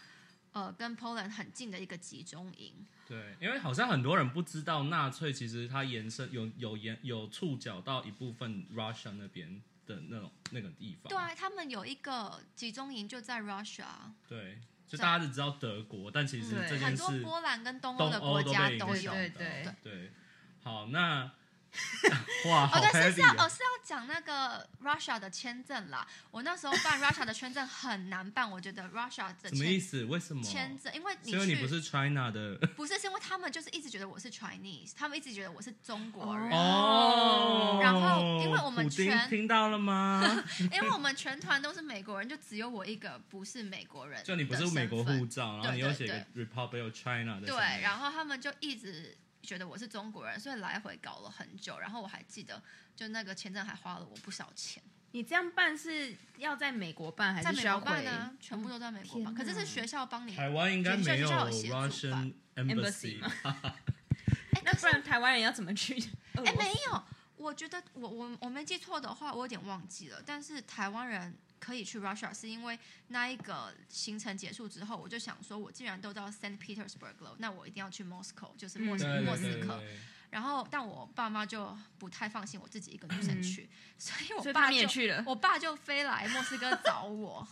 [SPEAKER 3] 呃跟 Poland 很近的一个集中营。
[SPEAKER 1] 对，因为好像很多人不知道纳粹其实它延伸有有延有触角到一部分 Russia 那边的那种那个地方。
[SPEAKER 3] 对啊，他们有一个集中营就在 Russia，
[SPEAKER 1] 对，就大家只知道德国，但其实
[SPEAKER 2] 对
[SPEAKER 1] 这
[SPEAKER 3] 很
[SPEAKER 1] 件
[SPEAKER 3] 多
[SPEAKER 1] 事
[SPEAKER 3] 波兰跟东欧的
[SPEAKER 1] 东欧
[SPEAKER 3] 国
[SPEAKER 1] 都
[SPEAKER 3] 家
[SPEAKER 1] 被
[SPEAKER 3] 都
[SPEAKER 1] 影
[SPEAKER 3] 有
[SPEAKER 1] 响。
[SPEAKER 2] 对
[SPEAKER 1] 到
[SPEAKER 2] 对对
[SPEAKER 1] 对，好，那 哇，好
[SPEAKER 3] 哦，对，是是
[SPEAKER 1] heavy
[SPEAKER 3] 要
[SPEAKER 1] 哦
[SPEAKER 3] 哦是要讲那个 Russia 的签证啦。我那时候办 Russia 的签证很难办，我觉得 Russia 的
[SPEAKER 1] 什么意
[SPEAKER 3] 签
[SPEAKER 1] 思？为什么？
[SPEAKER 3] 签证，因为你
[SPEAKER 1] 是因为你不
[SPEAKER 3] 去
[SPEAKER 1] 是 China 的
[SPEAKER 3] 不是是因为他们就是一直觉得我是 Chinese，他们一直觉得我是中 国人。
[SPEAKER 1] 哦。
[SPEAKER 3] 哦然后因为我们
[SPEAKER 1] 普丁
[SPEAKER 3] 全
[SPEAKER 1] 听到了吗？
[SPEAKER 3] 因为我们全团都是美国人，就只有我一个不是美国人，
[SPEAKER 1] 就你不是美国护。照，然后
[SPEAKER 3] 对
[SPEAKER 1] 你又写个
[SPEAKER 3] 对
[SPEAKER 1] Republic of China 的
[SPEAKER 3] 对
[SPEAKER 1] 上面，，
[SPEAKER 3] 然后他们就一直觉得我是中国人，所以来回搞了很久。然后我还记得，就那个签证还花了我不少钱。
[SPEAKER 2] 你这样办是要在美国办还
[SPEAKER 3] 在
[SPEAKER 2] 是
[SPEAKER 3] 美
[SPEAKER 2] 需
[SPEAKER 3] 国
[SPEAKER 2] 要回嗯
[SPEAKER 3] 办？呢，全部都在美国
[SPEAKER 2] 天
[SPEAKER 3] 办，可是
[SPEAKER 2] 哪
[SPEAKER 3] 是学校帮你。
[SPEAKER 1] 台湾应该没
[SPEAKER 3] 学校有协助吧
[SPEAKER 1] Russian
[SPEAKER 2] Embassy
[SPEAKER 1] 吧
[SPEAKER 2] 吗？
[SPEAKER 3] 哎
[SPEAKER 2] 那不然台湾人要怎么去？
[SPEAKER 3] 哎，没有，我觉得我我我没记错的话，我有点忘记了。但是台湾人可以去 Russia，是因为那一个行程结束之后，我就想说，我既然都到 Saint Petersburg 了，那我一定要去 Moscow，就是莫斯、
[SPEAKER 1] 嗯对对
[SPEAKER 3] 莫
[SPEAKER 1] 对
[SPEAKER 3] 斯
[SPEAKER 1] 对
[SPEAKER 3] 科。然后，但我爸妈就不太放心我自己一个女生去，所以
[SPEAKER 2] 嗯所
[SPEAKER 3] 我
[SPEAKER 2] 以
[SPEAKER 3] 爸
[SPEAKER 2] 他
[SPEAKER 3] 就
[SPEAKER 2] 们也去 了。
[SPEAKER 3] 我爸就飞来莫斯科找 我。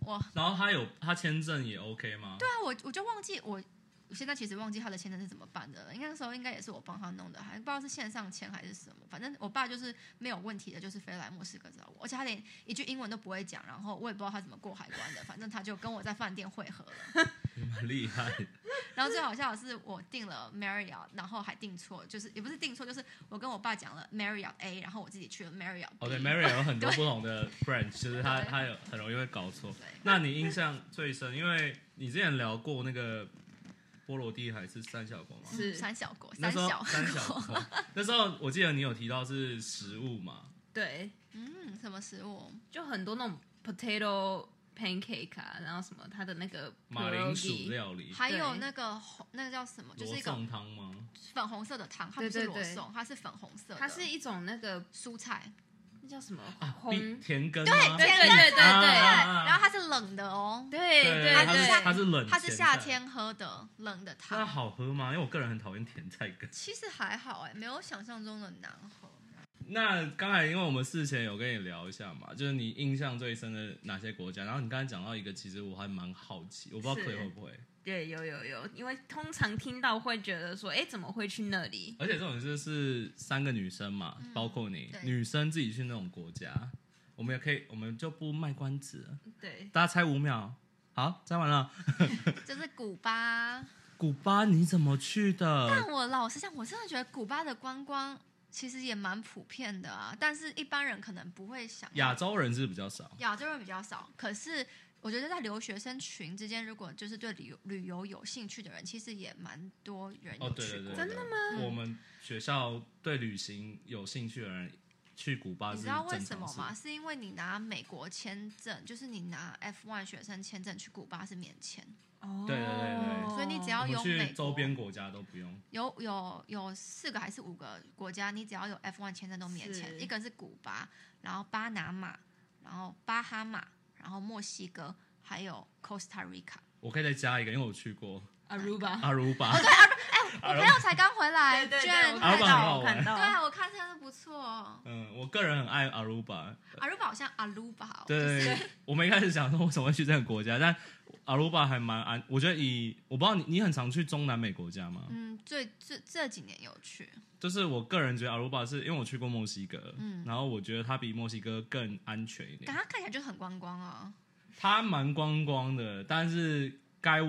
[SPEAKER 3] 我
[SPEAKER 1] 然后他有他签证也 OK 吗？对
[SPEAKER 3] 对啊，我我就忘记我。我现在其实忘记他的签证是怎么办的了，应该那时候应该也是我帮他弄的，还不知道是线上签还是什么。反正我爸就是没有问题的，就是飞来莫斯科找我，而且他连一句英文都不会讲，然后我也不知道他怎么过海关的，反正他就跟我在饭店会合了。
[SPEAKER 1] 你蛮厉害的。
[SPEAKER 3] 然后最好笑的是，我订了 Marriott，然后还订错，就是也不是订错，就是我跟我爸讲了 Marriott A，然后我自己去了 Marriott B。
[SPEAKER 1] 哦，对，Mary 有很多
[SPEAKER 3] 对
[SPEAKER 1] 不同的 branch，就是他
[SPEAKER 3] 对
[SPEAKER 1] 他有很容易会搞错
[SPEAKER 3] 对。
[SPEAKER 1] 那你印象最深，因为你之前聊过那个波罗的海是三小国吗？
[SPEAKER 2] 是
[SPEAKER 3] 嗯三小国，
[SPEAKER 1] 那
[SPEAKER 3] 三
[SPEAKER 1] 时候
[SPEAKER 3] 小
[SPEAKER 1] 三小
[SPEAKER 3] 国，
[SPEAKER 1] 国，那时候我记得你有提到是食物嘛，
[SPEAKER 2] 对，
[SPEAKER 3] 嗯，什么食物？
[SPEAKER 2] 就很多那种 potato pancake 啊，然后什么它的那个
[SPEAKER 1] 马铃
[SPEAKER 2] pierogi
[SPEAKER 1] 薯料理，
[SPEAKER 3] 还有
[SPEAKER 2] 对
[SPEAKER 3] 那个红，那个叫什么？就
[SPEAKER 1] 罗
[SPEAKER 3] 是一个
[SPEAKER 1] 宋汤吗？
[SPEAKER 3] 粉红色的汤，它
[SPEAKER 2] 对
[SPEAKER 3] 不是
[SPEAKER 2] 对
[SPEAKER 3] 罗
[SPEAKER 2] 对
[SPEAKER 3] 宋，它是粉红色的，
[SPEAKER 2] 它是一种那个
[SPEAKER 3] 蔬菜，
[SPEAKER 2] 那叫什么
[SPEAKER 1] 啊，碧
[SPEAKER 2] 红，
[SPEAKER 1] 甜羹吗？
[SPEAKER 2] 对对对对对
[SPEAKER 1] 啊
[SPEAKER 3] 对，
[SPEAKER 1] 啊啊
[SPEAKER 3] 然后它是冷的哦，
[SPEAKER 2] 对
[SPEAKER 1] 对
[SPEAKER 2] 对
[SPEAKER 1] 它是它
[SPEAKER 2] 对，
[SPEAKER 1] 是冷，
[SPEAKER 3] 它是夏。天喝的冷的
[SPEAKER 1] 那
[SPEAKER 3] 汤，
[SPEAKER 1] 好喝吗？因为我个人很讨厌甜菜根。
[SPEAKER 3] 其实还好哎，没有想象中的难喝。
[SPEAKER 1] 那刚才因为我们事前有跟你聊一下嘛，就是你印象最深的哪些国家？然后你刚才讲到一个，其实我还蛮好奇，我不知道
[SPEAKER 2] 是
[SPEAKER 1] 可以会不会，
[SPEAKER 2] 对有有有，因为通常听到会觉得说，哎，怎么会去那里？
[SPEAKER 1] 而且这种就是三个女生嘛，
[SPEAKER 3] 嗯
[SPEAKER 1] 包括你
[SPEAKER 3] 对，
[SPEAKER 1] 女生自己去那种国家，我们也可以，我们就不卖关子了，
[SPEAKER 2] 对，
[SPEAKER 1] 大家猜五秒，好，猜完了。
[SPEAKER 3] 就是古巴，
[SPEAKER 1] 古巴你怎么去
[SPEAKER 3] 但
[SPEAKER 1] 的？
[SPEAKER 3] 我老实讲，我真的觉得古巴的观光其实也蛮普遍的啊，但是一般人可能不会想
[SPEAKER 1] 亚洲人是比较少，
[SPEAKER 3] 亚洲人比较少，可是我觉得在留学生群之间，如果就是对旅游旅游有兴趣的人，其实也蛮多人
[SPEAKER 1] 哦，
[SPEAKER 3] 有
[SPEAKER 1] 对
[SPEAKER 3] 去
[SPEAKER 1] 对
[SPEAKER 3] 过
[SPEAKER 1] 对，
[SPEAKER 3] 的。
[SPEAKER 2] 真的
[SPEAKER 3] 嗯
[SPEAKER 2] 吗
[SPEAKER 1] 我们学校对旅行有兴趣的人去古巴
[SPEAKER 3] 你
[SPEAKER 1] 是
[SPEAKER 3] 知
[SPEAKER 1] 正
[SPEAKER 3] 道
[SPEAKER 1] 常
[SPEAKER 3] 为什么
[SPEAKER 1] 事
[SPEAKER 3] 吗？是因为你拿美国签证，就是你拿 F one 学生签证去古巴是免签，
[SPEAKER 2] 哦
[SPEAKER 1] 对对对对
[SPEAKER 3] 所以你只要
[SPEAKER 1] 我们
[SPEAKER 3] 有美
[SPEAKER 1] 去周
[SPEAKER 3] 国
[SPEAKER 1] 边国家都不用。
[SPEAKER 3] 有有有四个还是五个国家，你只要有 F one 签证都免签。
[SPEAKER 2] 是
[SPEAKER 3] 一个是古巴，然后巴拿马，然后巴哈马，然后墨西哥，还有 Costa Rica。
[SPEAKER 1] 我可以再加一个，因为我去 过
[SPEAKER 2] Aruba，
[SPEAKER 1] 阿鲁巴，
[SPEAKER 3] 我朋友才刚回来，
[SPEAKER 2] 对啊对
[SPEAKER 3] 居
[SPEAKER 2] 对，
[SPEAKER 3] 然
[SPEAKER 2] 我
[SPEAKER 1] 阿
[SPEAKER 3] 看
[SPEAKER 1] 鲁巴
[SPEAKER 2] 看
[SPEAKER 3] 到
[SPEAKER 2] 到
[SPEAKER 1] 好
[SPEAKER 2] 我
[SPEAKER 1] 玩
[SPEAKER 2] 看到，
[SPEAKER 3] 对啊，我看真的不错哦。
[SPEAKER 1] 嗯，我个人很爱阿鲁巴。
[SPEAKER 3] 阿鲁巴好像阿鲁巴哦，
[SPEAKER 1] 对对对，我们一开始想说为什么会去这个国家，但阿鲁巴还蛮安。我觉得以我不知道你你很常去中南美国家吗？
[SPEAKER 3] 嗯，最这这几年有去，
[SPEAKER 1] 就是我个人觉得阿鲁巴是因为我去过墨西哥，
[SPEAKER 3] 嗯
[SPEAKER 1] 然后我觉得它比墨西哥更安全一点
[SPEAKER 3] 但。它看起来就很观光啊。
[SPEAKER 1] 它蛮观光的，但是该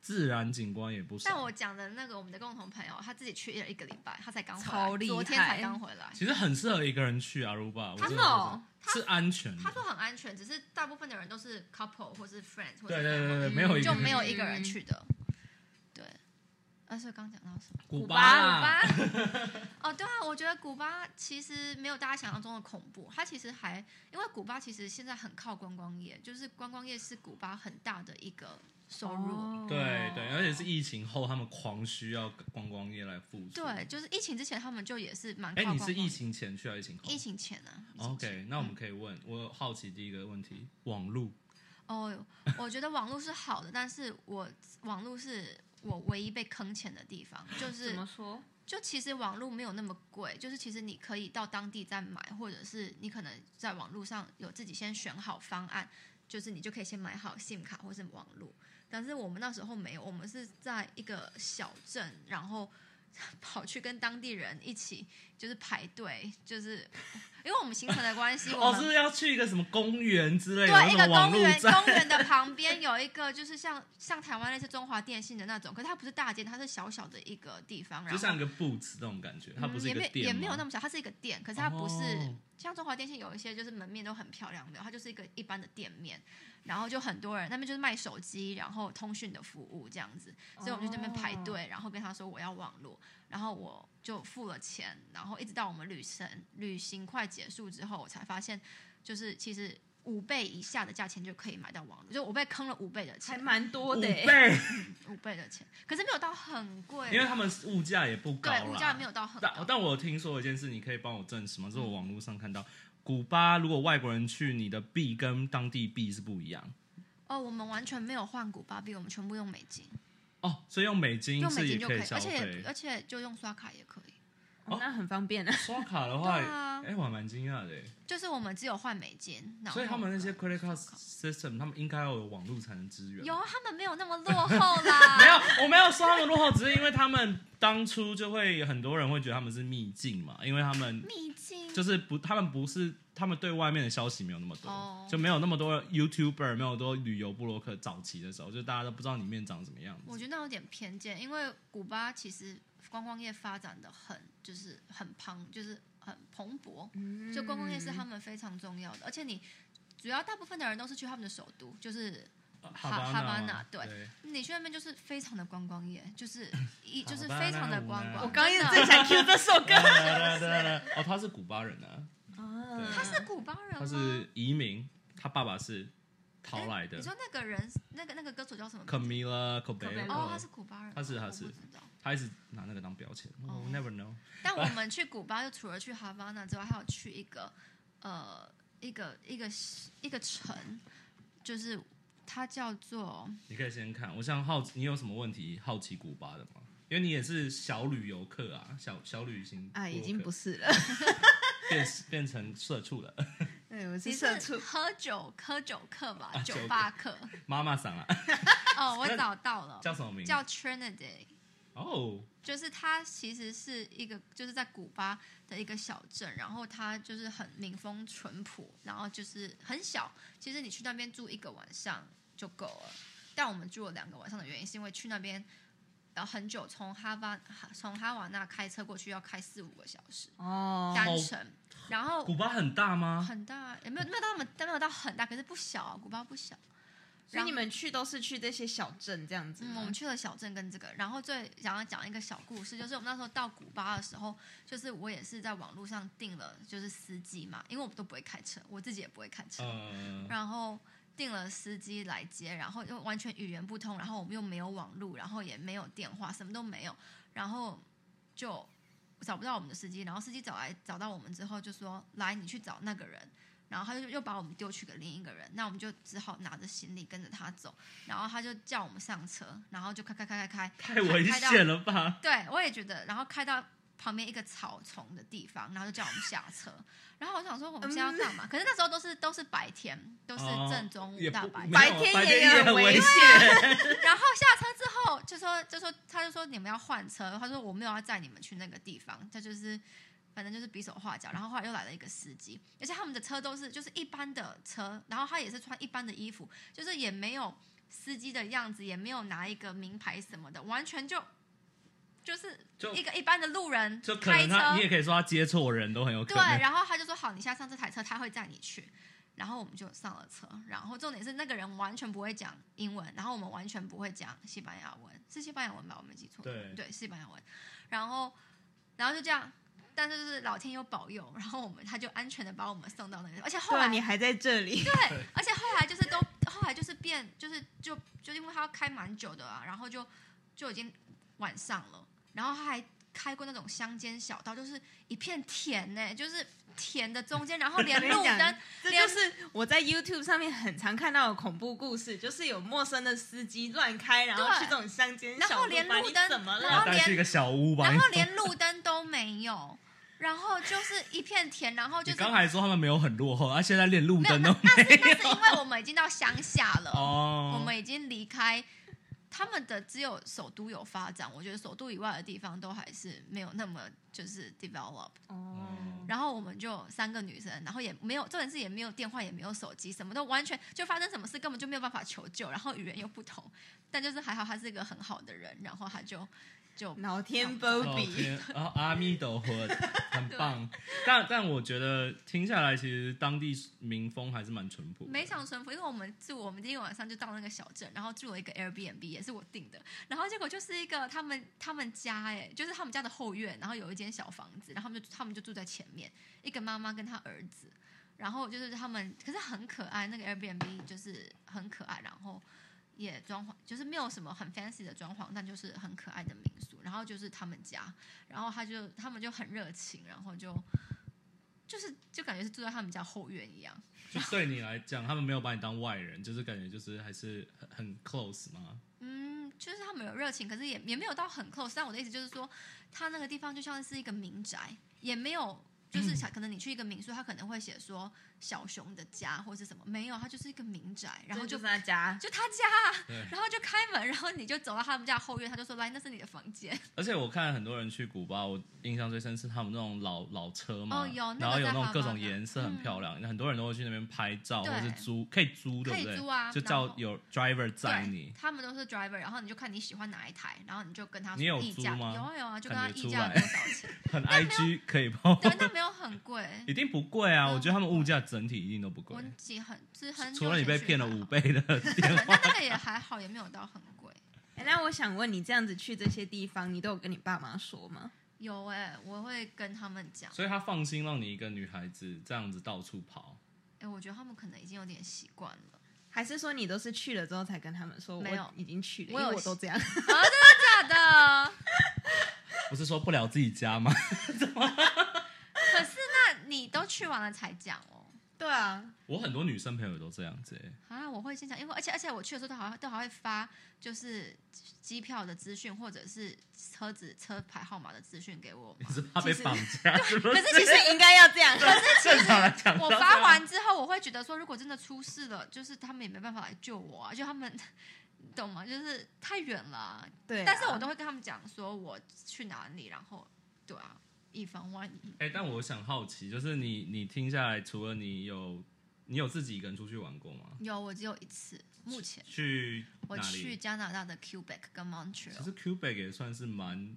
[SPEAKER 1] 自然景观也不少。
[SPEAKER 3] 但我讲的那个我们的共同朋友，他自己去了一个礼拜，他才刚回来，
[SPEAKER 2] 超厉害
[SPEAKER 3] 昨天才刚回来。
[SPEAKER 1] 其实很适合一个人去阿鲁巴，我真
[SPEAKER 2] 真
[SPEAKER 1] 的
[SPEAKER 2] 的
[SPEAKER 1] 觉
[SPEAKER 2] 哦，
[SPEAKER 1] 得是安全的
[SPEAKER 3] 他。说很安全，只是大部分的人都是 couple 或是 friends，或
[SPEAKER 1] 对对对
[SPEAKER 3] 者
[SPEAKER 1] 对，
[SPEAKER 2] 嗯
[SPEAKER 1] 没有一个
[SPEAKER 3] 就
[SPEAKER 1] 人嗯
[SPEAKER 3] 没有一个人去的。对，啊，所以刚讲到什么？
[SPEAKER 1] 古
[SPEAKER 2] 巴
[SPEAKER 1] 巴
[SPEAKER 3] 古
[SPEAKER 1] 啦，
[SPEAKER 2] 啊
[SPEAKER 3] 巴，哦，对啊，我觉得古巴其实没有大家想象中的恐怖，它其实还因为古巴其实现在很靠观光业，就是观光业是古巴很大的一个收入。
[SPEAKER 1] 哦对
[SPEAKER 3] 哦
[SPEAKER 1] 对，而且是疫情后他们狂需要观光业来复苏。
[SPEAKER 3] 对，，就是疫情之前他们就也是蛮靠
[SPEAKER 1] 哎，
[SPEAKER 3] 观
[SPEAKER 1] 你
[SPEAKER 3] 光
[SPEAKER 1] 是
[SPEAKER 3] 业。
[SPEAKER 1] 疫情哦前去还是疫情后
[SPEAKER 3] 疫情前啊疫情前
[SPEAKER 1] ？OK，那我们可以问，我好奇第一个问题，网路
[SPEAKER 3] 哦，我觉得网络是好的，但是我网络是我唯一被坑钱的地方，就
[SPEAKER 2] 怎
[SPEAKER 3] 是
[SPEAKER 2] 么说？
[SPEAKER 3] 就其实网络没有那么贵，就是其实你可以到当地再买，或者是你可能在网络上有自己先选好方案，就是你就可以先买好 SIM 卡或是网络。但是我们那时候没有，我们是在一个小镇，然后 跑去跟当地人一起就是排队，就是 因为我们行程的关系，我
[SPEAKER 1] 哦，
[SPEAKER 3] 们
[SPEAKER 1] 是不是要去一个什么公园之类的，
[SPEAKER 3] 对，
[SPEAKER 1] 有
[SPEAKER 3] 一
[SPEAKER 1] 什
[SPEAKER 3] 个
[SPEAKER 1] 么网
[SPEAKER 3] 公
[SPEAKER 1] 路
[SPEAKER 3] 园，
[SPEAKER 1] 站
[SPEAKER 3] 公 园的旁边有一个，就是像像台湾类似中华电信的那种，可是它不是大街，它是小小的一个地方，然
[SPEAKER 1] 就
[SPEAKER 3] 后
[SPEAKER 1] 像一个 boots 那种感觉，它不
[SPEAKER 3] 嗯
[SPEAKER 1] 是一个
[SPEAKER 3] 也没
[SPEAKER 1] 店
[SPEAKER 3] 也没有那
[SPEAKER 1] 么
[SPEAKER 3] 么小，它是一个店，可是它不是、
[SPEAKER 1] 哦
[SPEAKER 3] 像中华电信有一些就是门面都很漂亮，没有，它就是一个一般的店面，然后就很多人那边就是卖手机，然后通讯的服务这样子，所以我们就在那边
[SPEAKER 2] 哦
[SPEAKER 3] 排队，然后跟他说我要网络，然后我就付了钱，然后一直到我们旅程旅行快结束之后，我才发现就是其实。五倍以下的价钱就可以买到网络，就我被坑了五倍的
[SPEAKER 2] 还
[SPEAKER 3] 钱，
[SPEAKER 2] 蛮多
[SPEAKER 1] 哦五
[SPEAKER 2] 的欸，
[SPEAKER 1] 倍，
[SPEAKER 3] 五倍的钱，可是没有到很贵，
[SPEAKER 1] 因为他们物价也不高啦，
[SPEAKER 3] 对物价没有到很
[SPEAKER 1] 但
[SPEAKER 3] 高，嗯
[SPEAKER 1] 但我有听说一件事，你可以帮我证实吗？这是我网络上看到，古巴如果外国人去，你的币跟当地币是不一样
[SPEAKER 3] 哦，我们完全没有换古巴币，我们全部用美金，
[SPEAKER 1] 哦，所以用美金
[SPEAKER 3] 用美
[SPEAKER 1] 是也
[SPEAKER 3] 金就可
[SPEAKER 1] 以
[SPEAKER 3] 以，
[SPEAKER 1] 消
[SPEAKER 3] 而且也
[SPEAKER 1] 费
[SPEAKER 3] 而。且就用刷卡也可以。
[SPEAKER 2] 哦那很方便啊。
[SPEAKER 1] 刷卡的
[SPEAKER 3] 对
[SPEAKER 1] 话，哎、
[SPEAKER 3] 啊，
[SPEAKER 1] 我还蛮惊讶的耶，欸
[SPEAKER 3] 就是我们只有换美金，然后
[SPEAKER 1] 所以他们那些
[SPEAKER 3] 刷
[SPEAKER 1] credit card
[SPEAKER 3] 卡
[SPEAKER 1] system，他们应该要有网络才能支援。
[SPEAKER 3] 有他们没有那么 落后啦，
[SPEAKER 1] 没有，我没有说他们落后，只是因为他们当初就会很多人会觉得他们是秘境嘛，因为他们
[SPEAKER 3] 秘境
[SPEAKER 1] 就是不，他们不是，他们对外面的消息没有那么多，
[SPEAKER 3] 哦
[SPEAKER 1] 就没有那么多 YouTuber，没有多旅游布洛克早期的时候，就大家都不知道里面长什么样
[SPEAKER 3] 我
[SPEAKER 1] 子。
[SPEAKER 3] 觉得那有点偏见，因为古巴其实观光业发展的很就是很庞，就是很蓬勃，就观光业是他们非常重要的，而且你主要大部分的人都是去他们的首都，就是
[SPEAKER 1] 哈
[SPEAKER 3] 哈
[SPEAKER 1] 哈
[SPEAKER 3] 巴
[SPEAKER 1] 巴
[SPEAKER 3] 那对
[SPEAKER 1] 对，
[SPEAKER 3] 你去那边就是非常的观光业，就是一
[SPEAKER 1] 好
[SPEAKER 3] 就是
[SPEAKER 1] 吧
[SPEAKER 3] 非常的
[SPEAKER 1] 那我
[SPEAKER 3] 观
[SPEAKER 1] 呢
[SPEAKER 3] 光。
[SPEAKER 2] 我刚一直
[SPEAKER 3] 真的
[SPEAKER 2] 正想 Q 这首歌
[SPEAKER 1] 哒哒哒哒哒哦，他是古巴人啊，
[SPEAKER 2] 啊
[SPEAKER 3] 他是古巴人
[SPEAKER 1] 他
[SPEAKER 3] 吗？
[SPEAKER 1] 是移民，他爸爸是逃来的
[SPEAKER 3] 你说那个人，那个那个歌手叫什么名字？
[SPEAKER 1] ，Camila c o b e
[SPEAKER 2] Cabello
[SPEAKER 1] l
[SPEAKER 3] 哦，他是古巴人，
[SPEAKER 1] 他是
[SPEAKER 3] 哦
[SPEAKER 1] 他
[SPEAKER 3] 我不
[SPEAKER 1] 是
[SPEAKER 3] 知道。
[SPEAKER 1] 他一直拿那个当标签
[SPEAKER 3] 哦
[SPEAKER 1] ，I never know。
[SPEAKER 3] 但我们去古巴，就除了去哈巴那之外，还有去一个呃一个一个一个城，就是它叫做
[SPEAKER 1] 你可以先看，我想好奇你有什么问题好奇古巴的吗？因为你也是小旅游客啊，小小旅行
[SPEAKER 2] 啊，已经不
[SPEAKER 1] 是
[SPEAKER 2] 是了。
[SPEAKER 1] 变变成社畜了，
[SPEAKER 2] 对，我
[SPEAKER 3] 你
[SPEAKER 2] 是社
[SPEAKER 3] 是
[SPEAKER 2] 畜。
[SPEAKER 3] 喝酒喝酒客吧，
[SPEAKER 1] 啊
[SPEAKER 3] 酒
[SPEAKER 1] 酒
[SPEAKER 3] 吧客。
[SPEAKER 1] 妈妈桑啊，
[SPEAKER 3] 哦，我找到了，
[SPEAKER 1] 叫什么名字？
[SPEAKER 3] 叫 Trinidad。
[SPEAKER 1] 哦，
[SPEAKER 3] 就是它其实是一个就是在古巴的一个小镇，然后它就是很民风淳朴，然后就是很小。其实你去那边住一个晚上就够了，但我们住了两个晚上的原因是因为去那边然后很久，从哈巴从哈瓦那开车过去要开四五个小时
[SPEAKER 2] 哦
[SPEAKER 3] 单程，然后
[SPEAKER 1] 古巴很大吗？
[SPEAKER 3] 很大，也没有没有到那么没有到很大，可是不小、啊，古巴不小。
[SPEAKER 2] 所以你们去都是去这些小镇这样子
[SPEAKER 3] 嗯，
[SPEAKER 2] 吗？
[SPEAKER 3] 我们去了小镇跟这个，然后最想要讲一个小故事，就是我们那时候到古巴的时候，就是我也是在网络上订了就是司机嘛，因为我们都不会开车，我自己也不会开车，
[SPEAKER 1] 呃，
[SPEAKER 3] 然后订了司机来接，然后又完全语言不通，然后我们又没有网络，然后也没有电话，什么都没有，然后就找不到我们的司机，然后司机找来找到我们之后就说：“来，你去找那个人。”然后他就又把我们丢去给另一个人，那我们就只好拿着行李跟着他走，然后他就叫我们上车，然后就开开开开开，
[SPEAKER 1] 太危险了吧？
[SPEAKER 3] 对，我也觉得。然后开到旁边一个草丛的地方，然后就叫我们下车。然后我想说我们现在要干嘛？可是那时候都是都是白天，都是
[SPEAKER 1] 哦
[SPEAKER 3] 正中午
[SPEAKER 1] 也
[SPEAKER 3] 大
[SPEAKER 1] 不
[SPEAKER 3] 白
[SPEAKER 1] 没有
[SPEAKER 3] 天。
[SPEAKER 2] 白天
[SPEAKER 1] 白天
[SPEAKER 2] 也
[SPEAKER 1] 也
[SPEAKER 2] 很
[SPEAKER 1] 很
[SPEAKER 2] 危
[SPEAKER 1] 危
[SPEAKER 2] 险
[SPEAKER 3] 然后下车之后就说就说他就说你们要换车，他说我没有要载你们去那个地方，他就是反正就是比手画脚。然后后来又来了一个司机，而且他们的车都是就是一般的车，然后他也是穿一般的衣服，就是也没有司机的样子，也没有拿一个名牌什么的，完全就就是
[SPEAKER 1] 就
[SPEAKER 3] 一个一般的路人
[SPEAKER 1] 就可
[SPEAKER 3] 开
[SPEAKER 1] 能他，
[SPEAKER 3] 车
[SPEAKER 1] 你。也可以说他接错人都很有可
[SPEAKER 3] 对，
[SPEAKER 1] 能。
[SPEAKER 3] 然后他就说好，你现在上这台车，他会载你去。然后我们就上了车，然后重点是那个人完全不会讲英文，然后我们完全不会讲西班牙文，是西班牙文吧？我没记错，
[SPEAKER 1] 对
[SPEAKER 3] 对，西班牙文。然后，然后就这样，但是就是老天有保佑，然后我们他就安全的把我们送到那个，而且后
[SPEAKER 2] 对啊，
[SPEAKER 3] 来
[SPEAKER 2] 你还在这 里，
[SPEAKER 3] 对，而且后来就是都后来就是变就是就就因为他要开蛮久的啊，然后就就已经晚上了，然后他还开过那种乡间小道，就是一片田呢、就是田的中间，然后连
[SPEAKER 2] 我跟
[SPEAKER 3] 路
[SPEAKER 2] 你讲
[SPEAKER 3] 灯
[SPEAKER 2] 这就是我在 YouTube 上面很常看到的恐怖故事，就是有陌生的司机乱开，然后
[SPEAKER 3] 对
[SPEAKER 2] 去这种乡间
[SPEAKER 3] 然
[SPEAKER 2] 小
[SPEAKER 3] 后
[SPEAKER 2] 路，
[SPEAKER 3] 连
[SPEAKER 2] 把
[SPEAKER 3] 路
[SPEAKER 2] 你
[SPEAKER 3] 灯
[SPEAKER 2] 怎么
[SPEAKER 3] 然
[SPEAKER 1] 他
[SPEAKER 3] 后
[SPEAKER 2] 了？
[SPEAKER 1] 带去一个小屋吧。
[SPEAKER 3] 然后连路灯都没有，然后就是一片田，然后就
[SPEAKER 1] 你
[SPEAKER 3] 是
[SPEAKER 1] 刚才说他们没有很落后，啊他现在连路
[SPEAKER 3] 没有，
[SPEAKER 1] 灯
[SPEAKER 3] 那
[SPEAKER 1] 都
[SPEAKER 3] 那是那是因为我们已经到乡下了，
[SPEAKER 1] 哦，
[SPEAKER 3] 我们已经离开他们的，只有首都有发展。我觉得首都以外的地方都还是没有那么就是 develop。
[SPEAKER 2] 哦，
[SPEAKER 3] 然后我们就三个女生，然后也没有，重点是也没有电话，也没有手机，什么都完全就发生什么事根本就没有办法求救，然后语言又不同，但就是还好他是一个很好的人，然后他就就
[SPEAKER 2] 老天
[SPEAKER 3] 哦
[SPEAKER 2] 波
[SPEAKER 1] 哦
[SPEAKER 2] 比，
[SPEAKER 1] 天啊，阿弥陀佛，很 棒。
[SPEAKER 3] 啊
[SPEAKER 1] 但但我觉得听下来，其实当地民风还是蛮淳朴的。
[SPEAKER 3] 没想淳朴，因为我们住，我们第一个晚上就到那个小镇，然后住了一个 Airbnb，也是我订的。然后结果就是一个他们他们家、哎，就是他们家的后院，然后有一间小房子，然后他们就他们就住在前面，一个妈妈跟她儿子。然后就是他们，可是很可爱，那个 Airbnb 就是很可爱，然后也装潢，就是没有什么很 fancy 的装潢，但就是很可爱的民宿。然后就是他们家，然后他就他们就很热情，然后就就是就感觉是住在他们家后院一样。
[SPEAKER 1] 就对你来讲，他们没有把你当外人，就是感觉就是还是很很 close 嘛。
[SPEAKER 3] 嗯，就是他们有热情，可是也也没有到很 close。但我的意思就是说，他那个地方就像是一个民宅，也没有就是
[SPEAKER 1] 嗯
[SPEAKER 3] 想可能你去一个民宿，他可能会写说小熊的家或是什么，没有，他就是一个民宅，然后
[SPEAKER 2] 这
[SPEAKER 3] 就
[SPEAKER 2] 就是他家，
[SPEAKER 3] 就他家，
[SPEAKER 1] 对，
[SPEAKER 3] 然后就开门，然后你就走到他们家后院，他就说来，那是你的房间。
[SPEAKER 1] 而且我看很多人去古巴，我印象最深是他们那种老老车嘛，
[SPEAKER 3] 哦有那个
[SPEAKER 1] 然后有
[SPEAKER 3] 在
[SPEAKER 1] 那种
[SPEAKER 3] 哈
[SPEAKER 1] 各
[SPEAKER 3] 巴
[SPEAKER 1] 种
[SPEAKER 3] 那
[SPEAKER 1] 颜色很漂亮，很多人都会去那边拍照，
[SPEAKER 3] 对
[SPEAKER 1] 或是租可以租，对不
[SPEAKER 3] 可
[SPEAKER 1] 对？
[SPEAKER 3] 以租啊
[SPEAKER 1] 就
[SPEAKER 3] 然
[SPEAKER 1] 叫
[SPEAKER 3] 后
[SPEAKER 1] 有 driver 载
[SPEAKER 3] 对
[SPEAKER 1] 你，，
[SPEAKER 3] 他们都是 driver，然后你就看你喜欢哪一台，然后你就跟他
[SPEAKER 1] 你有
[SPEAKER 3] 说议
[SPEAKER 1] 租
[SPEAKER 3] 价，
[SPEAKER 1] 吗
[SPEAKER 3] 有啊有啊，就跟
[SPEAKER 1] 感
[SPEAKER 3] 他
[SPEAKER 1] 觉
[SPEAKER 3] 议
[SPEAKER 1] 出
[SPEAKER 3] 价
[SPEAKER 1] 来
[SPEAKER 3] 多少钱。
[SPEAKER 1] 很 IG 可以吗？
[SPEAKER 3] 对，那没没有很贵，
[SPEAKER 1] 一定不贵啊！
[SPEAKER 3] 嗯哦
[SPEAKER 1] 我觉得他们物价整体一定都不贵
[SPEAKER 3] 我，几很是很久
[SPEAKER 1] 除了你
[SPEAKER 3] 以前
[SPEAKER 1] 被
[SPEAKER 3] 去
[SPEAKER 1] 骗了
[SPEAKER 3] 还
[SPEAKER 1] 五
[SPEAKER 3] 好，
[SPEAKER 1] 倍 的电
[SPEAKER 3] 那
[SPEAKER 1] 话。
[SPEAKER 3] 那个也还好，也没有到很贵。
[SPEAKER 2] 哎，那我想问你，这样子去这些地方，你都有跟你爸妈说吗？
[SPEAKER 3] 有哎、我会跟他们讲，
[SPEAKER 1] 所以他放心让你一个女孩子这样子到处跑，
[SPEAKER 3] 哎、我觉得他们可能已经有点习惯了。
[SPEAKER 2] 还是说你都是去了之后才跟他们说？
[SPEAKER 3] 没有
[SPEAKER 2] 我已经去了，
[SPEAKER 3] 我
[SPEAKER 2] 因
[SPEAKER 3] 有
[SPEAKER 2] 为我都这样。
[SPEAKER 3] 假的？
[SPEAKER 1] 不是说不了自己家吗？
[SPEAKER 3] 可是那你都去完了才讲哦。
[SPEAKER 2] 对啊，
[SPEAKER 1] 我很多女生朋友都这样子、欸，
[SPEAKER 3] 啊，我会先讲，因为而且而且我去的时候都好像都还会发，就是机票的资讯或者是车子车牌号码的资讯给我
[SPEAKER 1] 你
[SPEAKER 3] 嘛。
[SPEAKER 1] 是怕被
[SPEAKER 2] 其实
[SPEAKER 1] 绑架？是不
[SPEAKER 3] 可
[SPEAKER 1] 是
[SPEAKER 3] 是其实
[SPEAKER 2] 应该要这样。
[SPEAKER 1] 正常来讲，
[SPEAKER 3] 我发，完之后，我会觉得说，如果真的出事了，就是他们也没办法来救我啊，就他们， 你懂吗？就是太远了啊、
[SPEAKER 2] 对啊，
[SPEAKER 3] 但是我都会跟他们讲说我去哪里，然后对啊，以防万一。
[SPEAKER 1] 哎、但我想好奇，就是你你听下来，除了你有你有自己一个人出去玩过吗？
[SPEAKER 3] 有，我只有一次，目前
[SPEAKER 1] 去
[SPEAKER 3] 我
[SPEAKER 1] 哪
[SPEAKER 3] 去
[SPEAKER 1] 里？
[SPEAKER 3] 加拿大的 Quebec 跟
[SPEAKER 1] 其
[SPEAKER 3] Montreal，
[SPEAKER 1] 实 Quebec 也算是蛮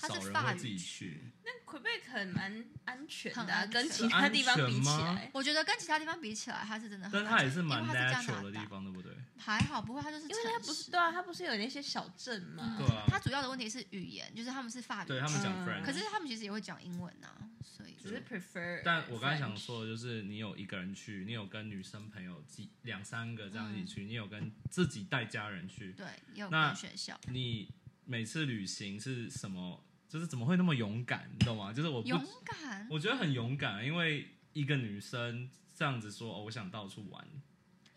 [SPEAKER 3] 它
[SPEAKER 1] 少
[SPEAKER 3] 是
[SPEAKER 1] 人
[SPEAKER 3] 法
[SPEAKER 1] 会
[SPEAKER 3] 语
[SPEAKER 1] 自己
[SPEAKER 3] 区
[SPEAKER 1] 去，
[SPEAKER 2] 那魁北克很蛮安全的
[SPEAKER 3] 很
[SPEAKER 2] 啊、
[SPEAKER 3] 安全
[SPEAKER 2] 跟其他地方比起
[SPEAKER 1] 是安
[SPEAKER 2] 来，
[SPEAKER 3] 我觉得跟其他地方比起来，它是真的很
[SPEAKER 1] 但
[SPEAKER 3] 安
[SPEAKER 1] 它
[SPEAKER 3] 全，
[SPEAKER 1] 也是蛮
[SPEAKER 3] 因为它是加
[SPEAKER 1] natural
[SPEAKER 3] 拿
[SPEAKER 1] 的
[SPEAKER 3] 大
[SPEAKER 1] 地，方，对不对？
[SPEAKER 3] 还好，不过它就是
[SPEAKER 2] 因为它
[SPEAKER 3] 城
[SPEAKER 2] 不是
[SPEAKER 3] 市。
[SPEAKER 2] 对啊，它不是有那些小镇吗？
[SPEAKER 1] 对
[SPEAKER 3] 嗯
[SPEAKER 1] 啊
[SPEAKER 3] 它主要的问题是语言，就是他们是法语区，
[SPEAKER 1] 对他们讲
[SPEAKER 2] 嗯
[SPEAKER 1] French，、
[SPEAKER 3] 可是他们其实也会讲英文啊，所以
[SPEAKER 2] 只是 prefer。
[SPEAKER 1] 但我刚才想说，的就是你有一个人去，你有跟女生朋友几两三个这样
[SPEAKER 2] 嗯
[SPEAKER 1] 一起去，你有跟自己带家人去，
[SPEAKER 3] 对，也有
[SPEAKER 1] 那
[SPEAKER 3] 跟学校
[SPEAKER 1] 你每次旅行是什么？就是怎么会那么勇敢，你懂吗？就是我不，
[SPEAKER 3] 勇敢。
[SPEAKER 1] 我觉得很勇敢，啊因为一个女生这样子说，哦，我想到处玩，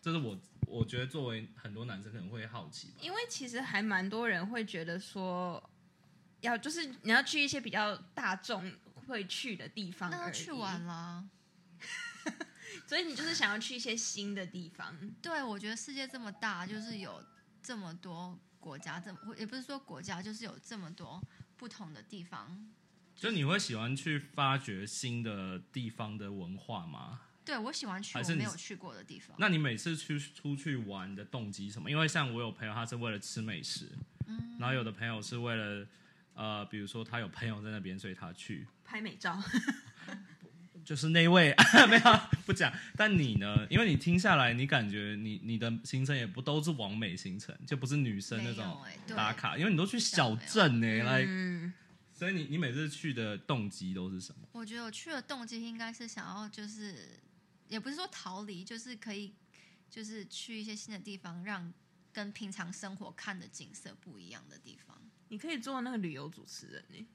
[SPEAKER 1] 这是我我觉得作为很多男生可能会好奇吧。
[SPEAKER 2] 因为其实还蛮多人会觉得说，要就是你要去一些比较大众会去的地方，
[SPEAKER 3] 那都去玩，啦。
[SPEAKER 2] 所以你就是想要去一些新的地方。
[SPEAKER 3] 对，我觉得世界这么大，就是有这么多国家，这么也不是说国家，就是有这么多不同的地方。
[SPEAKER 1] 就你会喜欢去发掘新的地方的文化吗？
[SPEAKER 3] 对我喜欢去
[SPEAKER 1] 还
[SPEAKER 3] 我
[SPEAKER 1] 是你
[SPEAKER 3] 没有去过的地方。
[SPEAKER 1] 那你每次去出去玩的动机是什么？因为像我有朋友，他是为了吃美食，然后有的朋友是为了呃，比如说他有朋友在那边，所以他去，
[SPEAKER 2] 拍 美照，
[SPEAKER 1] 就是那位 没有不讲。但你呢？因为你听下来，你感觉你你的行程也不都是完美行程，就不是女生那
[SPEAKER 3] 没有
[SPEAKER 1] 种
[SPEAKER 3] 哎、
[SPEAKER 1] 打
[SPEAKER 3] 对，
[SPEAKER 1] 卡，因为你都去小镇呢、哎来、
[SPEAKER 2] 嗯，
[SPEAKER 1] 所以你你每次去的动机都是什么？
[SPEAKER 3] 我觉得我去的动机应该是想要，就是也不是说逃离，就是可以，就是去一些新的地方，让跟平常生活看的景色不一样的地方。
[SPEAKER 2] 你可以做那个旅游主持人欸呢、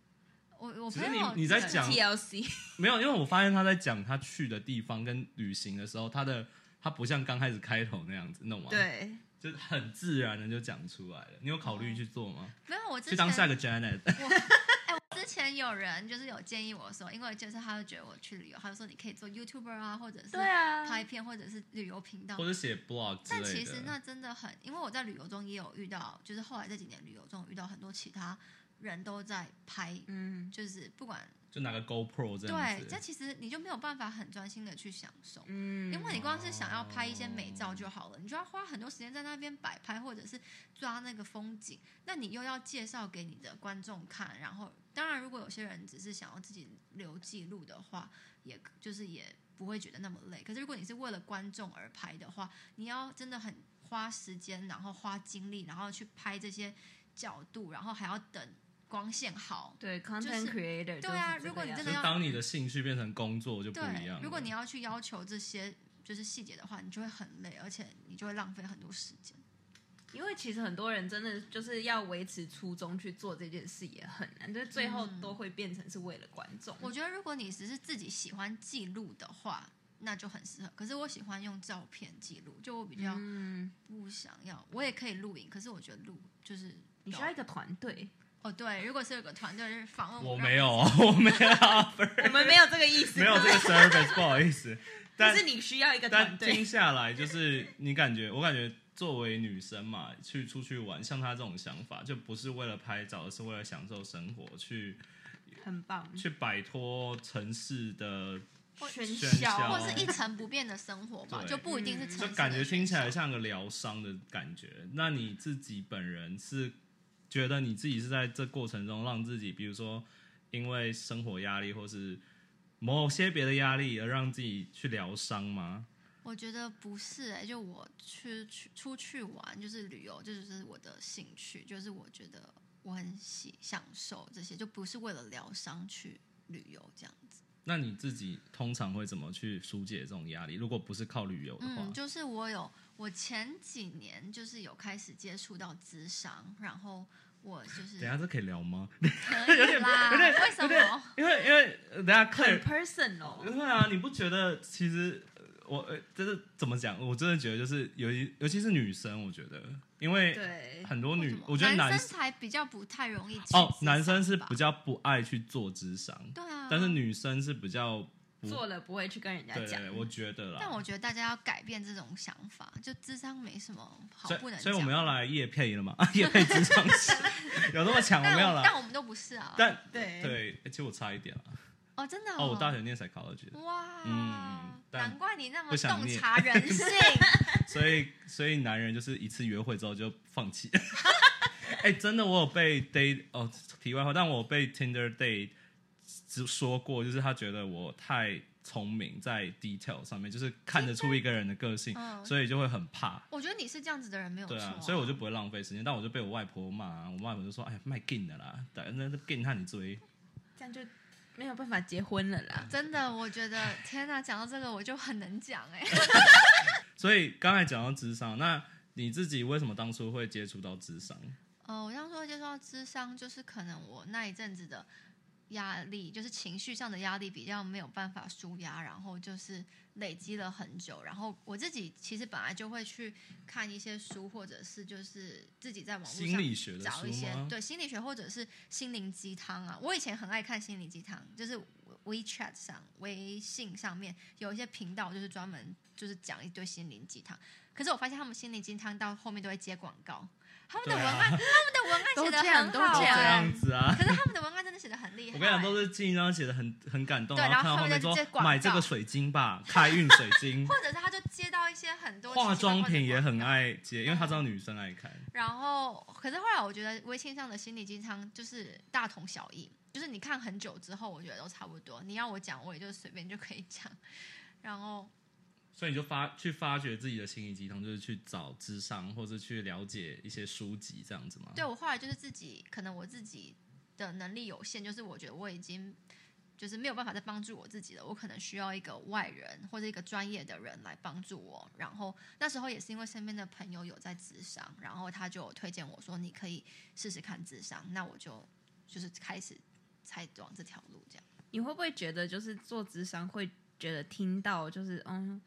[SPEAKER 3] 我我
[SPEAKER 1] 只
[SPEAKER 3] 朋
[SPEAKER 1] 是你
[SPEAKER 3] 友
[SPEAKER 1] 你在讲
[SPEAKER 2] TLC，
[SPEAKER 1] 没有，因为我发现他在讲他去的地方跟旅行的时候，他的他不像刚开始开头那样子，你懂吗？。
[SPEAKER 2] 对，
[SPEAKER 1] 就很自然的就讲出来了。你有考虑去做吗？
[SPEAKER 3] 没有我之
[SPEAKER 1] 去
[SPEAKER 3] 前
[SPEAKER 1] 当下一个 Janet？
[SPEAKER 3] 我哎、我之前有人就是有建议我说，因为就是他就觉得我去旅游，他就说你可以做 YouTuber 啊，或者是
[SPEAKER 2] 对啊，
[SPEAKER 3] 拍片，或者是旅游频道
[SPEAKER 1] 或。者写 blog 之类
[SPEAKER 3] 但
[SPEAKER 1] 的？
[SPEAKER 3] 其实那真的很，因为我在旅游中也有遇到，就是后来这几年旅游中有遇到很多其他人都在拍，
[SPEAKER 2] 嗯
[SPEAKER 3] 就是不管
[SPEAKER 1] 就拿个 GoPro 这样
[SPEAKER 3] 对，
[SPEAKER 1] 子
[SPEAKER 3] 但。其实你就没有办法很专心的去享受。
[SPEAKER 2] 嗯，
[SPEAKER 3] 因为你光是想要拍一些美照就好了，你就要花很多时间在那边摆拍，或者是抓那个风景。那你又要介绍给你的观众看，然后当然，如果有些人只是想要自己留记录的话，也就是也不会觉得那么累。可是如果你是为了观众而拍的话，你要真的很花时间，然后花精力，然后去拍这些角度，然后还要等光线好。
[SPEAKER 2] 对 content
[SPEAKER 3] 就是
[SPEAKER 2] creator，
[SPEAKER 3] 对啊
[SPEAKER 2] 就是这个
[SPEAKER 3] 如果你
[SPEAKER 2] 样
[SPEAKER 3] 真
[SPEAKER 1] 就
[SPEAKER 3] 的
[SPEAKER 1] 是
[SPEAKER 3] 要
[SPEAKER 1] 当你的兴趣变成工作就不一
[SPEAKER 3] 对
[SPEAKER 1] 样，了。
[SPEAKER 3] 如果你要去要求这些就是细节的话，你就会很累，而且你就会浪费很多时间。
[SPEAKER 2] 因为其实很多人真的就是要维持初衷去做这件事也很难，就是最后都会变成是为了观众。
[SPEAKER 3] 嗯我觉得如果你只是自己喜欢记录的话，那就很适合。可是我喜欢用照片记录，就我比较
[SPEAKER 2] 嗯，
[SPEAKER 3] 不想要。我也可以录影，可是我觉得录就是
[SPEAKER 2] 你需要一个团队，
[SPEAKER 3] 哦，对，如果是有个团队就是访问
[SPEAKER 1] 我
[SPEAKER 3] 让
[SPEAKER 1] 没有， 我没有
[SPEAKER 2] 我们没有这个意思，
[SPEAKER 1] 没有这 个 service，不好意思。但
[SPEAKER 2] 但是你需要一个团
[SPEAKER 1] 但听
[SPEAKER 2] 队，
[SPEAKER 1] 下来，就是你感觉，我感觉作为女生嘛，去出去玩，像她这种想法，就不是为了拍照，而是为了享受生活，去
[SPEAKER 2] 很棒，
[SPEAKER 1] 去摆脱城市的
[SPEAKER 2] 喧
[SPEAKER 1] 喧
[SPEAKER 2] 嚣，
[SPEAKER 1] 嚣
[SPEAKER 3] 或是一成不变的生活吧，
[SPEAKER 1] 对
[SPEAKER 3] 就不一定是城市
[SPEAKER 1] 就
[SPEAKER 3] 的
[SPEAKER 1] 感觉听起来
[SPEAKER 3] 学校
[SPEAKER 1] 像个疗伤的感觉。那你自己本人是觉得你自己是在这过程中让自己，比如说因为生活压力或是某些别的压力而让自己去疗伤吗？
[SPEAKER 3] 我觉得不是哎、就我去去出去玩，就是旅游，这就是我的兴趣，就是我觉得我很喜享受这些，就不是为了疗伤去旅游这样子。
[SPEAKER 1] 那你自己通常会怎么去疏解这种压力？如果不是靠旅游的话，
[SPEAKER 3] 嗯，就是我有我前几年就是有开始接触到智商，然后我 就
[SPEAKER 1] 等
[SPEAKER 3] 是
[SPEAKER 1] 一下这可以聊吗？
[SPEAKER 3] 可以啦，为什么？
[SPEAKER 1] 因为因为呃等一下客
[SPEAKER 2] 很
[SPEAKER 1] 人
[SPEAKER 2] person 哦，
[SPEAKER 1] 对啊，你不觉得其实呃我呃就是怎么讲？我真的觉得就是尤其尤其是女生，我觉得因为
[SPEAKER 2] 对，
[SPEAKER 1] 很多
[SPEAKER 3] 哎为
[SPEAKER 1] 女
[SPEAKER 3] 什么，
[SPEAKER 1] 我觉得
[SPEAKER 3] 男
[SPEAKER 1] 男
[SPEAKER 3] 生才比较不太容易去
[SPEAKER 1] 哦
[SPEAKER 3] 智，
[SPEAKER 1] 男生
[SPEAKER 3] 商
[SPEAKER 1] 是
[SPEAKER 3] 吧
[SPEAKER 1] 比较不爱去做智商，
[SPEAKER 3] 对啊，
[SPEAKER 1] 但是女生是比较不
[SPEAKER 2] 做了不会去跟人家
[SPEAKER 1] 对对
[SPEAKER 2] 讲
[SPEAKER 1] 对，，我觉得啦。
[SPEAKER 3] 但我觉得大家要改变这种想法，就智商没什么好
[SPEAKER 1] 所
[SPEAKER 3] 不
[SPEAKER 1] 以
[SPEAKER 3] 能
[SPEAKER 1] 所以我们
[SPEAKER 3] 讲
[SPEAKER 1] 要来夜配了嘛？啊夜配智商 师有那么强？我
[SPEAKER 3] 但
[SPEAKER 1] 没有
[SPEAKER 3] 但
[SPEAKER 1] 了。
[SPEAKER 3] 我们都不是啊。
[SPEAKER 1] 但
[SPEAKER 2] 对
[SPEAKER 1] 对，其实我差一点了。
[SPEAKER 3] 哦，真的哦
[SPEAKER 1] 哦，我大学念 psychology，的
[SPEAKER 3] 哇，
[SPEAKER 1] 嗯但
[SPEAKER 3] 难怪你那么
[SPEAKER 1] 不想
[SPEAKER 3] 洞
[SPEAKER 1] 念
[SPEAKER 3] 察人 性。
[SPEAKER 1] 所以所以男人就是一次约会之后就放弃。 哎、真的，我有被 date 哦，题外话，但我有被 Tinder date 只说过，就是他觉得我太聪明，在 detail 上面，就是看得出一个人的个性，
[SPEAKER 3] 嗯，
[SPEAKER 1] 所以就会很怕。
[SPEAKER 3] 我觉得你是这样子的人没有错
[SPEAKER 1] 对
[SPEAKER 3] 啊、
[SPEAKER 1] 啊，所以我就不会浪费时间，但我就被我外婆骂啊，我外婆就说：“哎呀，卖 gay 的啦，对，那那 gay 和你追。
[SPEAKER 2] 这样就没有办法结婚了啦。
[SPEAKER 3] 真的，我觉得天哪，讲到这个我就很能讲哎、”
[SPEAKER 1] 所以刚才讲到智商，那你自己为什么当初会接触到智商？
[SPEAKER 3] 呃，我刚说接触到智商，就是可能我那一阵子的压力，就是情绪上的压力比较没有办法舒压，然后就是累积了很久。然后我自己其实本来就会去看一些书，或者是就是自己在网络
[SPEAKER 1] 心
[SPEAKER 3] 上
[SPEAKER 1] 理学的
[SPEAKER 3] 找
[SPEAKER 1] 书
[SPEAKER 3] 一些
[SPEAKER 1] 吗？
[SPEAKER 3] 对心理学或者是心灵鸡汤啊。我以前很爱看心灵鸡汤，就是 WeChat 上、微信上面有一些频道，就是专门就是讲一堆心灵鸡汤。可是我发现他们心灵鸡汤到后面都会接广告，他们的文
[SPEAKER 1] 对啊
[SPEAKER 3] 案，他们的文案写
[SPEAKER 2] 都
[SPEAKER 3] 的
[SPEAKER 2] 这样
[SPEAKER 3] 很
[SPEAKER 2] 都
[SPEAKER 3] 好、
[SPEAKER 1] 都
[SPEAKER 2] 这
[SPEAKER 1] 这
[SPEAKER 3] 欸，
[SPEAKER 1] 样子啊。
[SPEAKER 3] 可是他们的文案真的写的很厉害。
[SPEAKER 1] 我跟你讲，都是进一章写的很很感动，
[SPEAKER 3] 对
[SPEAKER 1] 然后看
[SPEAKER 3] 然
[SPEAKER 1] 到
[SPEAKER 3] 后后
[SPEAKER 1] 后
[SPEAKER 3] 面
[SPEAKER 1] 面
[SPEAKER 3] 就
[SPEAKER 1] 说
[SPEAKER 3] 接广告
[SPEAKER 1] 买这个水晶
[SPEAKER 3] ，
[SPEAKER 1] 吧，开运水晶
[SPEAKER 3] 或者是他就接到一些很多
[SPEAKER 1] 化
[SPEAKER 3] 奇奇怪怪
[SPEAKER 1] 妆
[SPEAKER 3] 的
[SPEAKER 1] 品也很
[SPEAKER 3] 广告
[SPEAKER 1] 爱接，因为他知道女生爱看。
[SPEAKER 3] 然后，可是后来我觉得微信上的心理鸡汤就是大同小异，就是你看很久之后，我觉得都差不多。你要我讲，我也就随便就可以讲。 然后，
[SPEAKER 1] 所以你就发去发掘自己的心理鸡汤，就是去找智商，或者去了解一些书籍这样子吗？
[SPEAKER 3] 对我后来就是自己，可能我自己的能力有限，就是我觉得我已经就是没有办法再帮助我自己了，我可能需要一个外人或者一个专业的人来帮助我。然后那时候也是因为身边的朋友有在智商，然后他就推荐我说你可以试试看智商，那我就就是开始才往这条路这样。
[SPEAKER 2] 你会不会觉得，就是做智商会觉得听到，就是嗯，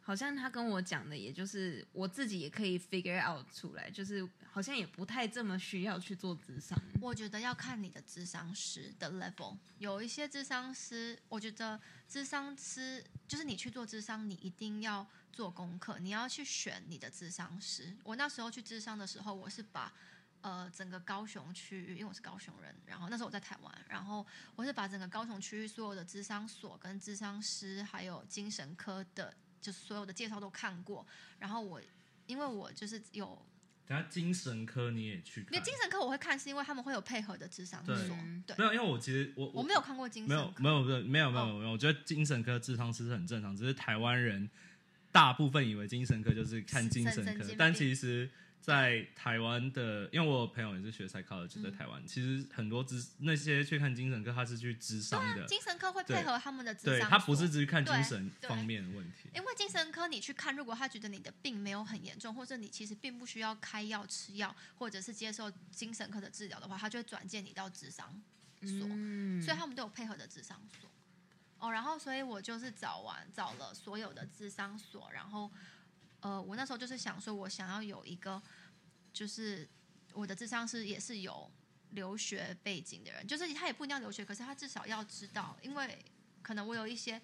[SPEAKER 2] 好像他跟我讲的，也就是我自己也可以 figure out 出来，就是好像也不太这么需要去做智商。
[SPEAKER 3] 我觉得要看你的智商师的 level，有一些智商师，我觉得智商师就是你去做智商，你一定要做功课，你要去选你的智商师。我那时候去智商的时候，我是把呃整个高雄区域，因为我是高雄人，然后那时候我在台湾，然后我是把整个高雄区域所有的智商所跟智商师，还有精神科的，就是所有的介绍都看过，然后我。因为我就是有，
[SPEAKER 1] 等下精神科你也去
[SPEAKER 3] 因为
[SPEAKER 1] 看
[SPEAKER 3] 精？神科我会看，是因为他们会有配合的智商所
[SPEAKER 1] 对，
[SPEAKER 3] 对，
[SPEAKER 1] 没有，因为我其实我
[SPEAKER 3] 我没有看过精
[SPEAKER 1] 没
[SPEAKER 3] 神
[SPEAKER 1] 有
[SPEAKER 3] 科，哦
[SPEAKER 1] 没有没有没有没有没有，我觉得精神科智商师是很正常，只是台湾人大部分以为精神科就是看精神
[SPEAKER 3] 神神
[SPEAKER 1] 科
[SPEAKER 3] 经，
[SPEAKER 1] 但
[SPEAKER 3] 病
[SPEAKER 1] 其实，在台湾的，因为我有朋友也是学 psychology 在台湾，
[SPEAKER 3] 嗯
[SPEAKER 1] 其实很多智那些去看精神科，他是去智商的，
[SPEAKER 3] 精神科会
[SPEAKER 1] 对
[SPEAKER 3] 配合他们的智
[SPEAKER 1] 对
[SPEAKER 3] 商，
[SPEAKER 1] 他不是。只看
[SPEAKER 3] 对
[SPEAKER 1] 精神
[SPEAKER 3] 对
[SPEAKER 1] 方面的问题。
[SPEAKER 3] 因为精神科你去看，如果他觉得你的病没有很严重，或者你其实并不需要开药吃药，或者是接受精神科的治疗的话，他就会转介你到智商所。
[SPEAKER 2] 嗯，
[SPEAKER 3] 所以他们都有配合的智商所。哦，然后所以我就是找完找了所有的智商所，然后呃，我那时候就是想说，我想要有一个，就是我的智商是也是有留学背景的人，就是他也不一定要留学，可是他至少要知道，因为可能我有一些。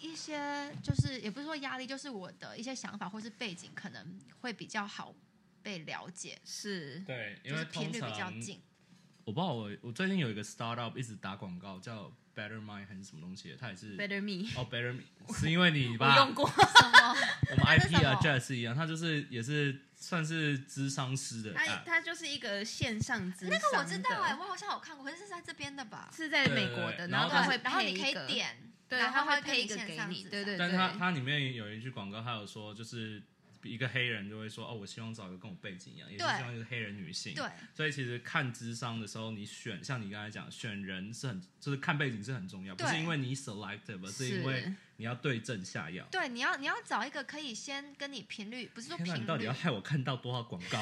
[SPEAKER 3] 一些就是也不是说压力，就是我的一些想法或是背景可能会比较好被了解，
[SPEAKER 2] 是
[SPEAKER 1] 对，因
[SPEAKER 3] 就
[SPEAKER 1] 为
[SPEAKER 3] 是频
[SPEAKER 1] 通
[SPEAKER 3] 率比较
[SPEAKER 1] 常
[SPEAKER 3] 近。
[SPEAKER 1] 我不知道我我最近有一个 startup 一直打广告叫 Better Mind 还是什么东西的，它也是
[SPEAKER 2] Better Me，
[SPEAKER 1] 哦 Better Mind 是因为你
[SPEAKER 2] 我
[SPEAKER 1] 吧
[SPEAKER 2] 用，过，
[SPEAKER 3] 什么？
[SPEAKER 1] 我们
[SPEAKER 3] 它是
[SPEAKER 1] IP
[SPEAKER 3] 什么
[SPEAKER 1] 啊 Jazz 是一样，它就是也是算是智商师的
[SPEAKER 2] 它
[SPEAKER 1] app，
[SPEAKER 2] 它就是一个线上咨
[SPEAKER 3] 那个我知道哎、
[SPEAKER 2] 哎，
[SPEAKER 3] 我好像有看过，可是是在这边的吧？
[SPEAKER 2] 是在美国
[SPEAKER 1] 对对
[SPEAKER 2] 的，
[SPEAKER 1] 对
[SPEAKER 2] 后
[SPEAKER 1] 然
[SPEAKER 2] 它
[SPEAKER 1] 后
[SPEAKER 2] 会
[SPEAKER 3] 然后
[SPEAKER 2] 配
[SPEAKER 3] 你可
[SPEAKER 2] 一
[SPEAKER 3] 以
[SPEAKER 2] 个，
[SPEAKER 3] 点，
[SPEAKER 2] 对，
[SPEAKER 3] 然后
[SPEAKER 2] 它
[SPEAKER 3] 它
[SPEAKER 2] 会
[SPEAKER 3] 会
[SPEAKER 2] 配一
[SPEAKER 3] 跟
[SPEAKER 2] 个
[SPEAKER 3] 你
[SPEAKER 2] 给
[SPEAKER 3] 线上
[SPEAKER 2] 你，
[SPEAKER 3] 指
[SPEAKER 2] 对
[SPEAKER 3] 导
[SPEAKER 2] 对
[SPEAKER 1] 但
[SPEAKER 2] 对
[SPEAKER 1] 是它它里面有一句广告，它有说就是一个黑人就会说哦，我希望找一个跟我背景一样，也是
[SPEAKER 3] 对
[SPEAKER 1] 希望一个黑人女性，
[SPEAKER 3] 对，
[SPEAKER 1] 所以其实看智商的时候，你选像你刚才讲，选人是很就是看背景是很重要，不
[SPEAKER 3] 对
[SPEAKER 1] 是因为你 selective，而是因为你要对症下药。
[SPEAKER 3] 对，你要你要找一个可以先跟你频率，不是说
[SPEAKER 1] 天哪，你
[SPEAKER 3] 频
[SPEAKER 1] 到底
[SPEAKER 3] 率
[SPEAKER 1] 要，害我看到多少广告？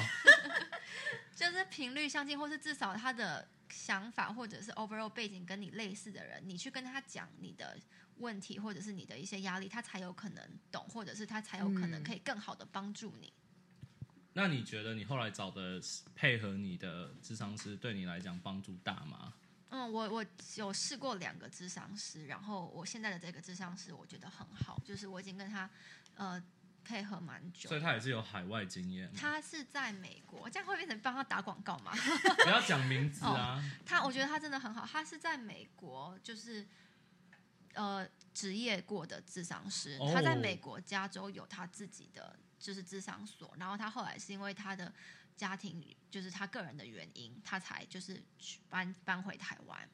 [SPEAKER 3] 就是频率相近，或是至少他的想法或者是 overall 背景跟你类似的人，你去跟他讲你的问题或者是你的一些压力，他才有可能懂，或者是他才有可能
[SPEAKER 2] 嗯
[SPEAKER 3] 可以更好的帮助你。
[SPEAKER 1] 那你觉得你后来找的配合你的智商师，对你来讲帮助大吗？
[SPEAKER 3] 嗯，我我有试过两个智商师，然后我现在的这个智商师我觉得很好，就是我已经跟他呃配合蛮久
[SPEAKER 1] 所以。他也是有海外经验吗，
[SPEAKER 3] 他是在美国，这样会变成帮他打广告吗？
[SPEAKER 1] 不要讲名字啊。
[SPEAKER 3] 他我觉得他真的很好，他是在美国就是呃职业过的智商师，
[SPEAKER 1] 哦
[SPEAKER 3] 他在美国加州有他自己的就是智商所，然后他后来是因为他的家庭就是他个人的原因，他才就是去搬搬回台湾。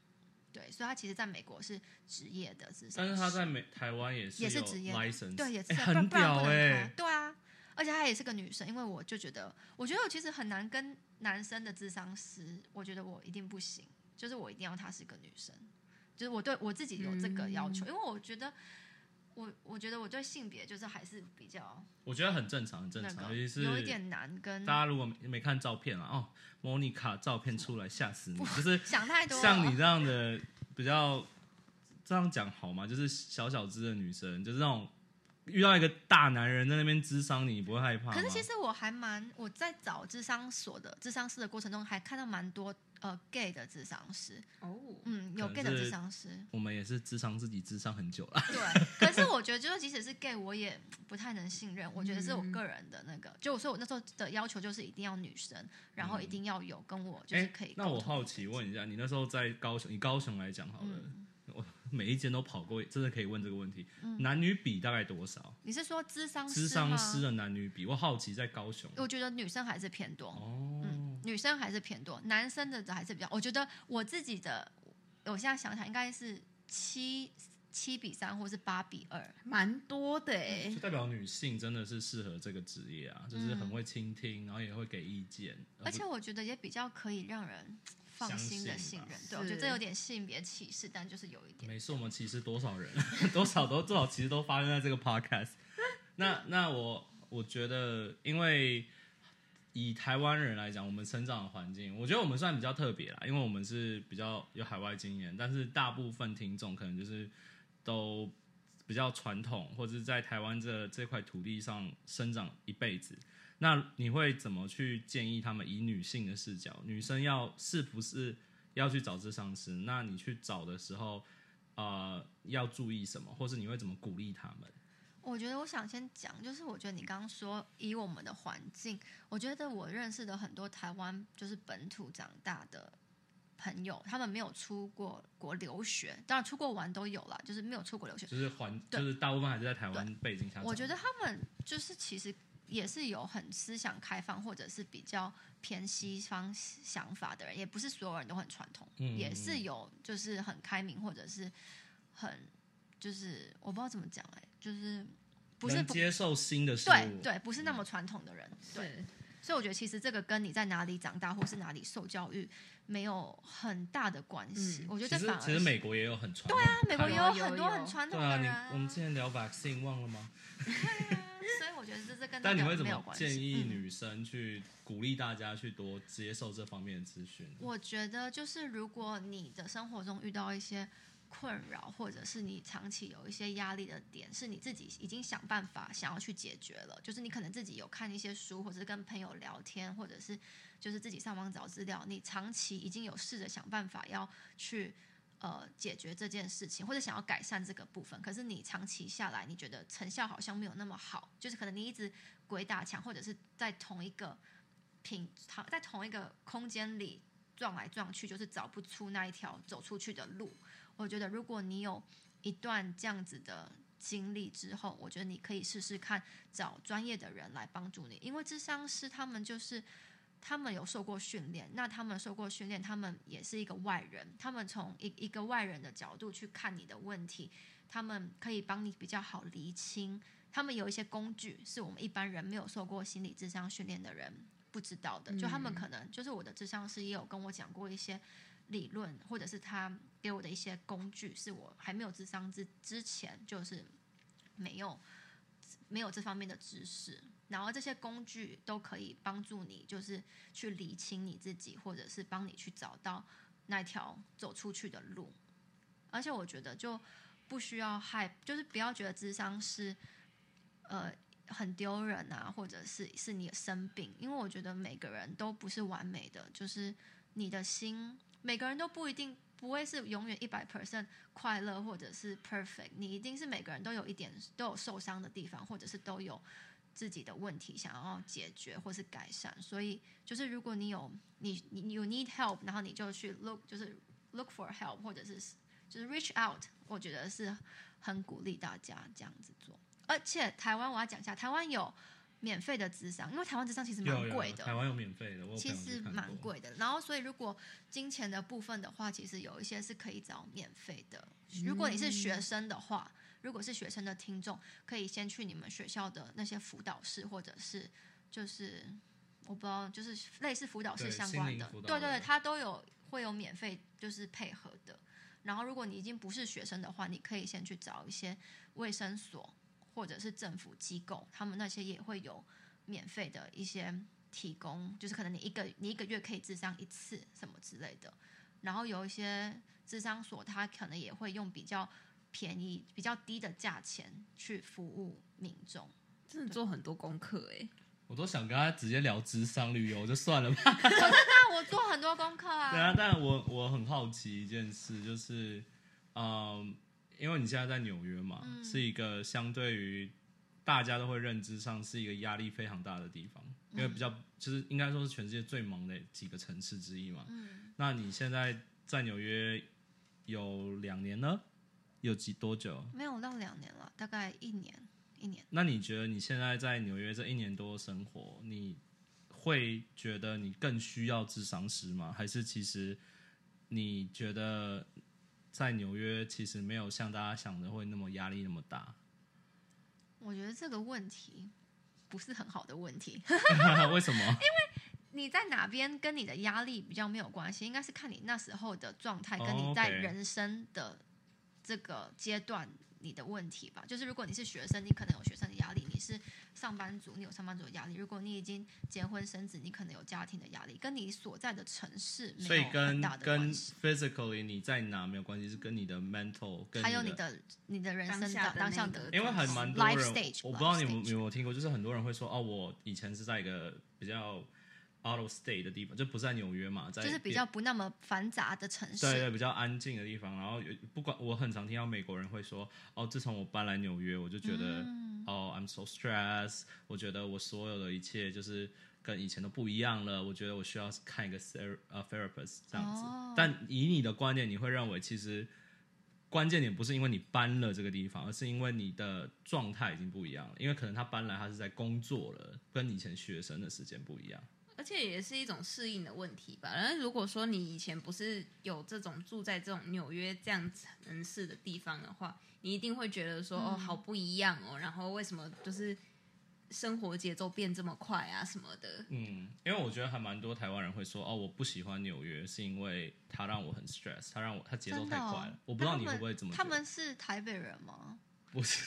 [SPEAKER 3] 对，所以他其实在美国是职业的智商
[SPEAKER 1] 但
[SPEAKER 3] 师，
[SPEAKER 1] 是他在美台湾也是
[SPEAKER 3] 也是
[SPEAKER 1] 有
[SPEAKER 3] 职业
[SPEAKER 1] license，
[SPEAKER 3] 对，也是、啊
[SPEAKER 1] 哎
[SPEAKER 3] 不然
[SPEAKER 1] 很
[SPEAKER 3] 不然
[SPEAKER 1] 屌
[SPEAKER 3] 不能
[SPEAKER 1] 哎、
[SPEAKER 3] 开对啊，而且她也是个女生，因为我就觉得，我觉得我其实很难跟男生的智商师，我觉得我一定不行，就是我一定要她是个女生，就是我对我自己有这个要
[SPEAKER 1] 嗯
[SPEAKER 3] 求，因为我觉得。我我觉得我对性别就是还是比较
[SPEAKER 1] 我觉得很正常，很正
[SPEAKER 3] 那
[SPEAKER 1] 常，
[SPEAKER 3] 个，
[SPEAKER 1] 尤其是
[SPEAKER 3] 有一点嗯难跟
[SPEAKER 1] 大家如果没没看照片啊，哦，莫妮卡照片出来吓死你，就是
[SPEAKER 3] 想太多了。
[SPEAKER 1] 像你这样的比较这样讲好吗？就是小小只的女生，就是那种遇到一个大男人在那边智商你，你不会害怕吗？
[SPEAKER 3] 可是其实我还蛮我在找智商所的智商师的过程中，还看到蛮多呃 gay 的智商师，
[SPEAKER 2] 哦，
[SPEAKER 3] 嗯，有
[SPEAKER 1] 可能
[SPEAKER 3] gay 的
[SPEAKER 1] 是
[SPEAKER 3] 智商师，
[SPEAKER 1] 我们也是智商自己智商很久了，
[SPEAKER 3] 对，可是我觉得就是即使是 gay，我也不太能信任。我觉得是我
[SPEAKER 2] 嗯
[SPEAKER 3] 个人的那个，就所以，我那时候的要求就是一定要女生，然后一
[SPEAKER 2] 嗯
[SPEAKER 3] 定要有跟我就是
[SPEAKER 1] 哎
[SPEAKER 3] 可以、，
[SPEAKER 1] 那我好奇，问一下，你那时候在高雄，以高雄来讲好了，
[SPEAKER 3] 嗯，
[SPEAKER 1] 我每一间都跑过，真的可以问这个问题，男女比大概多少？
[SPEAKER 3] 你哦是说智商
[SPEAKER 1] 智
[SPEAKER 3] 吗
[SPEAKER 1] 商师啊的男女比，我好奇在高雄
[SPEAKER 3] 我觉得女生还是偏多，
[SPEAKER 1] 哦，
[SPEAKER 3] 嗯，女生还是偏多，男生的还是比较。我觉得我自己的，我现在想想应该是七七比三或是八比二，
[SPEAKER 2] 蛮多的哎
[SPEAKER 1] 就，代表女性真的是适合这个职业啊，就是很会倾听，然后也会给意见，
[SPEAKER 3] 嗯
[SPEAKER 1] 呃
[SPEAKER 3] 而且我觉得也比较可以让人放心的
[SPEAKER 1] 相信
[SPEAKER 3] 信
[SPEAKER 1] 吧
[SPEAKER 3] 任。对，我觉得
[SPEAKER 2] 是
[SPEAKER 3] 这有点性别歧视，但就是有一点。
[SPEAKER 1] 每次我们歧视多少人， 多少都多少其实都发生在这个 podcast。那那我我觉得，因为以台湾人来讲，我们成长的环境，我觉得我们算比较特别啦，因为我们是比较有海外经验，但是大部分听众可能就是都比较传统，或者是在台湾这这块土地上生长一辈子。那你会怎么去建议他们以女性的视角，女生要是不是要去找智商师？那你去找的时候，呃，要注意什么，或是你会怎么鼓励他们？
[SPEAKER 3] 我觉得我想先讲，就是我觉得你刚刚说以我们的环境，我觉得我认识的很多台湾就是本土长大的朋友，他们没有出过国留学，当然出国玩都有啦，就是没有出国留学。
[SPEAKER 1] 就是啊环，
[SPEAKER 3] 对
[SPEAKER 1] 就是大部分还是在台湾背景下长大。
[SPEAKER 3] 我觉得他们就是其实也是有很思想开放，或者是比较偏西方想法的人，也不是所有人都很传统，
[SPEAKER 1] 嗯
[SPEAKER 3] 也是有就是很开明，或者是很就是我不知道怎么讲哎、就是不是
[SPEAKER 1] 能
[SPEAKER 3] 不
[SPEAKER 1] 接受新的事
[SPEAKER 3] 对
[SPEAKER 1] 物，
[SPEAKER 3] 对，不是
[SPEAKER 1] 嗯
[SPEAKER 3] 那么传统的人。对，
[SPEAKER 2] 是
[SPEAKER 3] 所以我觉得其实这个跟你在哪里长大或是哪里受教育没有很大的关系。
[SPEAKER 2] 嗯
[SPEAKER 3] 我觉
[SPEAKER 1] 其
[SPEAKER 3] 得
[SPEAKER 1] 实
[SPEAKER 3] 反而
[SPEAKER 1] 其实
[SPEAKER 3] 是
[SPEAKER 1] 美国也有很传统，对啊
[SPEAKER 3] 美国也
[SPEAKER 2] 有
[SPEAKER 3] 很多很传
[SPEAKER 1] 对
[SPEAKER 3] 统的
[SPEAKER 1] 啊，你
[SPEAKER 3] 人、
[SPEAKER 1] 我们之前聊 vaccine 忘了吗？
[SPEAKER 3] 所以我觉得这是跟
[SPEAKER 1] 但你
[SPEAKER 3] 那
[SPEAKER 1] 会
[SPEAKER 3] 个
[SPEAKER 1] 怎
[SPEAKER 3] 没有
[SPEAKER 1] 么
[SPEAKER 3] 关系。
[SPEAKER 1] 建议
[SPEAKER 3] 嗯
[SPEAKER 1] 女生去鼓励大家去多接受这方面的资讯？
[SPEAKER 3] 我觉得就是如果你的生活中遇到一些困扰，或者是你长期有一些压力的点，是你自己已经想办法想要去解决了，就是你可能自己有看一些书，或者是跟朋友聊天，或者是就是自己上网找资料，你长期已经有试着想办法要去。呃，解决这件事情，或者想要改善这个部分，可是你长期下来，你觉得成效好像没有那么好，就是可能你一直鬼打墙，或者是在同一个品，在同一个空间里撞来撞去，就是找不出那一条走出去的路。我觉得如果你有一段这样子的经历之后，我觉得你可以试试看找专业的人来帮助你，因为智商师他们就是他们有受过训练，那他们受过训练，他们也是一个外人，他们从一一个外人的角度去看你的问题，他们可以帮你比较好厘清。他们有一些工具是我们一般人没有受过心理智商训练的人不知道的，就他们可能就是我的智商师也有跟我讲过一些理论，或者是他给我的一些工具，是我还没有智商之之前就是没有没有这方面的知识，然后这些工具都可以帮助你，就是去理清你自己，或者是帮你去找到那条走出去的路。而且我觉得就不需要害，就是不要觉得智商是呃很丢人啊，或者是是你的生病，因为我觉得每个人都不是完美的，就是你的心，每个人都不一定不会是永远一百 percent 快乐或者是 perfect，你一定是每个人都有一点都有受伤的地方，或者是都有自己的问题想要解决或是改善，所以就是如果你有你你你 you need help，然后你就去 look 就是 look for help，或者是就是 reach out，我觉得是很鼓励大家这样子做。而且台湾我要讲一下，台湾有免费的智商，因为台湾智商其实蛮
[SPEAKER 1] 有有
[SPEAKER 3] 贵
[SPEAKER 1] 有
[SPEAKER 3] 的，
[SPEAKER 1] 台湾有免费的，我有
[SPEAKER 3] 其
[SPEAKER 1] 朋友去
[SPEAKER 3] 实
[SPEAKER 1] 看
[SPEAKER 3] 蛮
[SPEAKER 1] 过。
[SPEAKER 3] 贵的。然后，所以如果金钱的部分的话，其实有一些是可以找免费的。如果你是
[SPEAKER 1] 嗯
[SPEAKER 3] 学生的话，如果是学生的听众，可以先去你们学校的那些辅导室，或者是就是我不知道，就是类似辅导室
[SPEAKER 1] 对
[SPEAKER 3] 相
[SPEAKER 1] 心
[SPEAKER 3] 关
[SPEAKER 1] 灵
[SPEAKER 3] 的，
[SPEAKER 1] 辅导
[SPEAKER 3] 对对
[SPEAKER 1] 的
[SPEAKER 3] 对，它都有会有免费就是配合的。然后，如果你已经不是学生的话，你可以先去找一些卫生所或者是政府机构，他们那些也会有免费的一些提供，就是可能你一个你一个月可以智商一次什么之类的。然后有一些智商所，它可能也会用比较便宜、比较低的价钱去服务民众。
[SPEAKER 2] 真的做很多功课哎、
[SPEAKER 1] 我都想跟他直接聊智商旅游，就算了吧。
[SPEAKER 3] 那我做很多功课
[SPEAKER 1] 对
[SPEAKER 3] 啊，
[SPEAKER 1] 啊，但我我很好奇一件事，就是，嗯，因为你现在在纽约嘛，
[SPEAKER 3] 嗯
[SPEAKER 1] 是一个相对于大家都会认知上是一个压力非常大的地方，因
[SPEAKER 3] 嗯
[SPEAKER 1] 为比较就是应该说是全世界最忙的几个城市之一嘛。
[SPEAKER 3] 嗯，
[SPEAKER 1] 那你现在在纽约有两年呢？有几多久？
[SPEAKER 3] 没有到两年了，大概一年，一年。
[SPEAKER 1] 那你觉得你现在在纽约这一年多生活，你会觉得你更需要智商师吗？还是其实你觉得在纽约其实没有像大家想的会那么压力那么大？
[SPEAKER 3] 我觉得这个问题不是很好的问题。
[SPEAKER 1] 为什么？
[SPEAKER 3] 你在哪边跟你的压力比较没有关系，应该是看你那时候的状态
[SPEAKER 1] 哦
[SPEAKER 3] 跟你在
[SPEAKER 1] OK
[SPEAKER 3] 人生的这个阶段你的问题吧。就是如果你是学生，你可能有学生的压力；你是上班族，你有上班族的压力；如果你已经结婚生子，你可能有家庭的压力，跟你所在的城市
[SPEAKER 1] 所
[SPEAKER 3] 没
[SPEAKER 1] 以
[SPEAKER 3] 有很
[SPEAKER 1] 跟
[SPEAKER 3] 大的
[SPEAKER 1] 跟
[SPEAKER 3] 关系。
[SPEAKER 1] physically 你在哪没有关系，是跟你的 mental 跟
[SPEAKER 3] 还有
[SPEAKER 1] 你
[SPEAKER 3] 你
[SPEAKER 1] 的
[SPEAKER 3] 的你的人生
[SPEAKER 2] 当下
[SPEAKER 3] 的
[SPEAKER 2] 的
[SPEAKER 3] 当下
[SPEAKER 2] 那个
[SPEAKER 3] 的，
[SPEAKER 1] 因为很蛮多
[SPEAKER 3] life
[SPEAKER 1] 人
[SPEAKER 3] stage，
[SPEAKER 1] 我不知道你
[SPEAKER 3] life
[SPEAKER 1] 们
[SPEAKER 3] stage
[SPEAKER 1] 有没有听过，就是很多人会说，哦，我以前是在一个比较 out of state 的地方，就不在纽约嘛，在
[SPEAKER 3] 就是比
[SPEAKER 1] 别
[SPEAKER 3] 较不那么繁杂的城市。
[SPEAKER 1] 对对比较安静的地方。然后有不管我很常听到美国人会说，哦，自从我搬来纽约，我就觉得，
[SPEAKER 3] 嗯
[SPEAKER 1] 哦，I'm so stressed，我觉得我所有的一切就是跟以前都不一样了。我觉得我需要看一个 ther 呃 therapist 这样子。
[SPEAKER 3] 哦
[SPEAKER 1] 但以你的观点，你会认为其实。关键点不是因为你搬了这个地方，而是因为你的状态已经不一样了。因为可能他搬来，他是在工作了，跟你以前学生的时间不一样。
[SPEAKER 2] 而且也是一种适应的问题吧。然后如果说你以前不是有这种住在这种纽约这样城市的地方的话，你一定会觉得说、哦，好
[SPEAKER 3] 嗯
[SPEAKER 2] 不一样哦。然后为什么就是生活节奏变这么快啊什么的？
[SPEAKER 1] 嗯，因为我觉得还蛮多台湾人会说，哦，我不喜欢纽约，是因为它让我很 stress，它让我它节奏
[SPEAKER 3] 真
[SPEAKER 1] 太
[SPEAKER 3] 的
[SPEAKER 1] 快
[SPEAKER 3] 哦
[SPEAKER 1] 了。我不知道
[SPEAKER 3] 那
[SPEAKER 1] 你
[SPEAKER 3] 他
[SPEAKER 1] 会
[SPEAKER 3] 们
[SPEAKER 1] 不会这么
[SPEAKER 3] 他
[SPEAKER 1] 觉得
[SPEAKER 3] 们是台北人吗？
[SPEAKER 1] 不是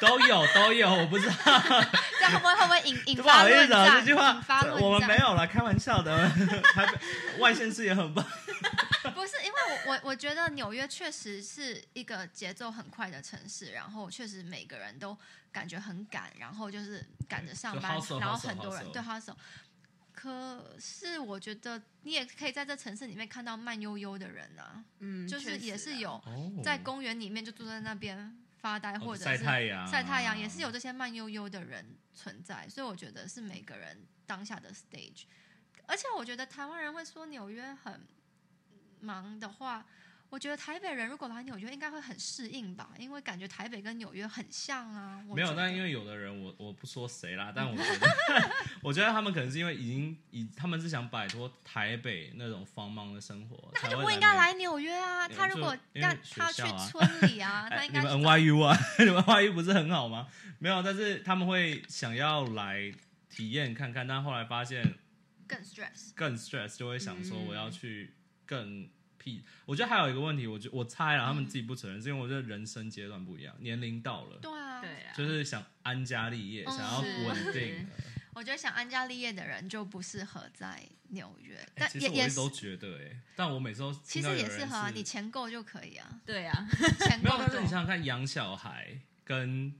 [SPEAKER 1] 都有都有，我不知道，
[SPEAKER 3] 这样会不会会不会 引引
[SPEAKER 1] 不
[SPEAKER 3] 发
[SPEAKER 1] 好意
[SPEAKER 3] 论
[SPEAKER 1] 思啊，
[SPEAKER 3] 战？
[SPEAKER 1] 这句
[SPEAKER 3] 引
[SPEAKER 1] 话
[SPEAKER 3] 发论战
[SPEAKER 1] 我们没有啦，开玩笑的。 台北外县市也很棒，
[SPEAKER 3] 不是因为我我我觉得纽约确实是一个节奏很快的城市，然后确实每个人都感觉很赶，然后就是赶着上班
[SPEAKER 1] 就 hustle，，
[SPEAKER 3] 然后
[SPEAKER 1] hustle，
[SPEAKER 3] 很多人
[SPEAKER 1] hustle
[SPEAKER 3] 对 hustle。可是我觉得你也可以在这城市里面看到慢悠悠的人啊，
[SPEAKER 2] 嗯，
[SPEAKER 3] 就是也是有
[SPEAKER 1] 哦
[SPEAKER 3] 在公园里面就坐在那边发呆，
[SPEAKER 1] 哦
[SPEAKER 3] 或者
[SPEAKER 1] 晒
[SPEAKER 3] 是
[SPEAKER 1] 太阳，
[SPEAKER 3] 晒太阳也是有这些慢悠悠的人存在，所以我觉得是每个人当下的 stage。而且我觉得台湾人会说纽约很忙的话，我觉得台北人如果来纽约应该会很适应吧，因为感觉台北跟纽约很像啊。我
[SPEAKER 1] 没有，
[SPEAKER 3] 觉
[SPEAKER 1] 但
[SPEAKER 3] 得
[SPEAKER 1] 因为有的人我，我不说谁啦，但我觉得， 我觉得他们可能是因为已经已，他们是想摆脱台北那种繁忙的生活，
[SPEAKER 3] 那他
[SPEAKER 1] 才
[SPEAKER 3] 就
[SPEAKER 1] 会
[SPEAKER 3] 不应该来纽约啊！
[SPEAKER 1] 对
[SPEAKER 3] 他如
[SPEAKER 1] 就
[SPEAKER 3] 果
[SPEAKER 1] 因为
[SPEAKER 3] 让
[SPEAKER 1] 学
[SPEAKER 3] 他去
[SPEAKER 1] 校啊
[SPEAKER 3] 村里 啊，
[SPEAKER 1] 哎
[SPEAKER 3] 他应
[SPEAKER 1] 你
[SPEAKER 3] 该
[SPEAKER 1] 们
[SPEAKER 3] 是
[SPEAKER 1] NYU 啊， 你们 NYU 不是很好吗？没有，但是他们会想要来体验看看，但后来发现
[SPEAKER 3] 更 stress。
[SPEAKER 1] 更 stress，就会想说
[SPEAKER 2] 嗯
[SPEAKER 1] 我要去更 p 我觉得还有一个问题，我觉我猜了，他们自己不承认，是因为我觉得人生阶段不一样，年龄到了，
[SPEAKER 3] 对啊，
[SPEAKER 2] 对啊，
[SPEAKER 1] 就是想安家立业，
[SPEAKER 3] 嗯
[SPEAKER 1] 想要稳
[SPEAKER 2] 是
[SPEAKER 1] 定。呃
[SPEAKER 3] 我觉得想安家立业的人就不适合在纽约，
[SPEAKER 1] 哎
[SPEAKER 3] 但
[SPEAKER 1] 其
[SPEAKER 3] 也
[SPEAKER 1] 实我
[SPEAKER 3] 也
[SPEAKER 1] 一直
[SPEAKER 3] 是
[SPEAKER 1] 都觉得、哎，但我每次都
[SPEAKER 3] 其
[SPEAKER 1] 听到
[SPEAKER 3] 实
[SPEAKER 1] 有
[SPEAKER 3] 也
[SPEAKER 1] 人
[SPEAKER 3] 适合啊，你
[SPEAKER 1] 是
[SPEAKER 3] 钱够就可以 啊，
[SPEAKER 2] 对啊，
[SPEAKER 3] 钱
[SPEAKER 1] 没
[SPEAKER 3] 够
[SPEAKER 1] 有，但是你
[SPEAKER 3] 多。
[SPEAKER 1] 想想看，养小孩跟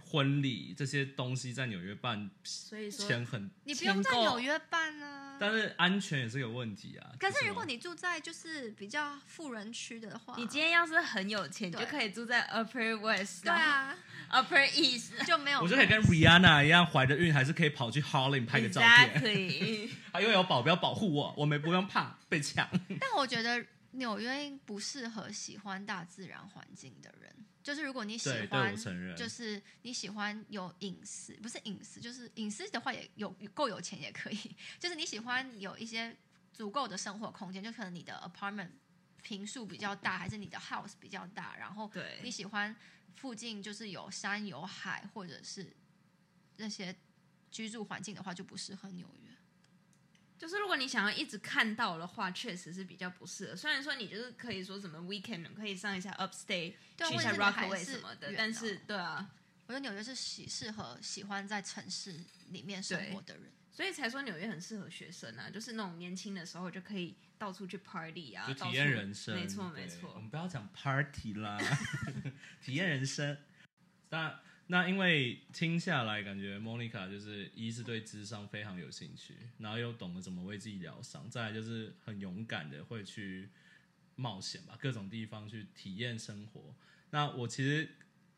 [SPEAKER 1] 婚礼这些东西在纽约办
[SPEAKER 2] 所以说
[SPEAKER 1] 钱很
[SPEAKER 3] 你不用在
[SPEAKER 2] 钱够
[SPEAKER 3] 纽约办啊。
[SPEAKER 1] 但是安全也是个问题啊。
[SPEAKER 3] 可是如果
[SPEAKER 1] 你
[SPEAKER 3] 你住在就是比较富人区的话，
[SPEAKER 2] 你今天要是很有钱，你
[SPEAKER 3] 对
[SPEAKER 2] 就可以住在 Upper West，
[SPEAKER 3] 对啊
[SPEAKER 2] ，Upper East，
[SPEAKER 3] 就没有，
[SPEAKER 1] 我就可以跟 Rihanna 一样怀着孕，还是可以跑去 Harlem 拍个照 片，
[SPEAKER 2] Exactly，
[SPEAKER 1] 啊，因为有保镖保护我，我们不用怕被抢。
[SPEAKER 3] 但我觉得纽约不适合喜欢大自然环境的人，就是如果你喜
[SPEAKER 1] 对，对
[SPEAKER 3] 欢
[SPEAKER 1] 我。承认，
[SPEAKER 3] 就是你喜欢有隐私，不是隐私，就是隐私的话也有有够有钱也可以。 就是你喜欢有一些足够的生活空间，就可能你的 apartment 平数比较大，还是你的 house 比较大，然后你
[SPEAKER 2] 对，
[SPEAKER 3] 喜欢附近就是有山有海，或者是那些居住环境的话，就不适合纽约。
[SPEAKER 2] 就是如果你想要一直看到的话，确实是比较不适合。虽然说你就是可以说什么 weekend 可以上一下 Upstate，
[SPEAKER 3] 对啊，
[SPEAKER 2] 去一
[SPEAKER 3] 问
[SPEAKER 2] 下
[SPEAKER 3] 题是还
[SPEAKER 2] Rockaway
[SPEAKER 3] 是
[SPEAKER 2] 什么的，
[SPEAKER 3] 远
[SPEAKER 2] 但
[SPEAKER 3] 啊
[SPEAKER 2] 是对啊，
[SPEAKER 3] 我觉得纽约是喜适合喜欢在城市里面生活的人。
[SPEAKER 2] 所以才说纽约很适合学生啊，就是那种年轻的时候就可以到处去 party 啊，
[SPEAKER 1] 就
[SPEAKER 2] 到
[SPEAKER 1] 体
[SPEAKER 2] 处
[SPEAKER 1] 验人生，
[SPEAKER 2] 没错
[SPEAKER 1] 对
[SPEAKER 2] 没错
[SPEAKER 1] 我们不要讲 party 啦， 体验人生。那那因为听下来，感觉 Monica 就是一是对智商非常有兴趣，然后又懂得怎么为自己疗伤，再来就是很勇敢的会去冒险吧，各种地方去体验生活。那我其实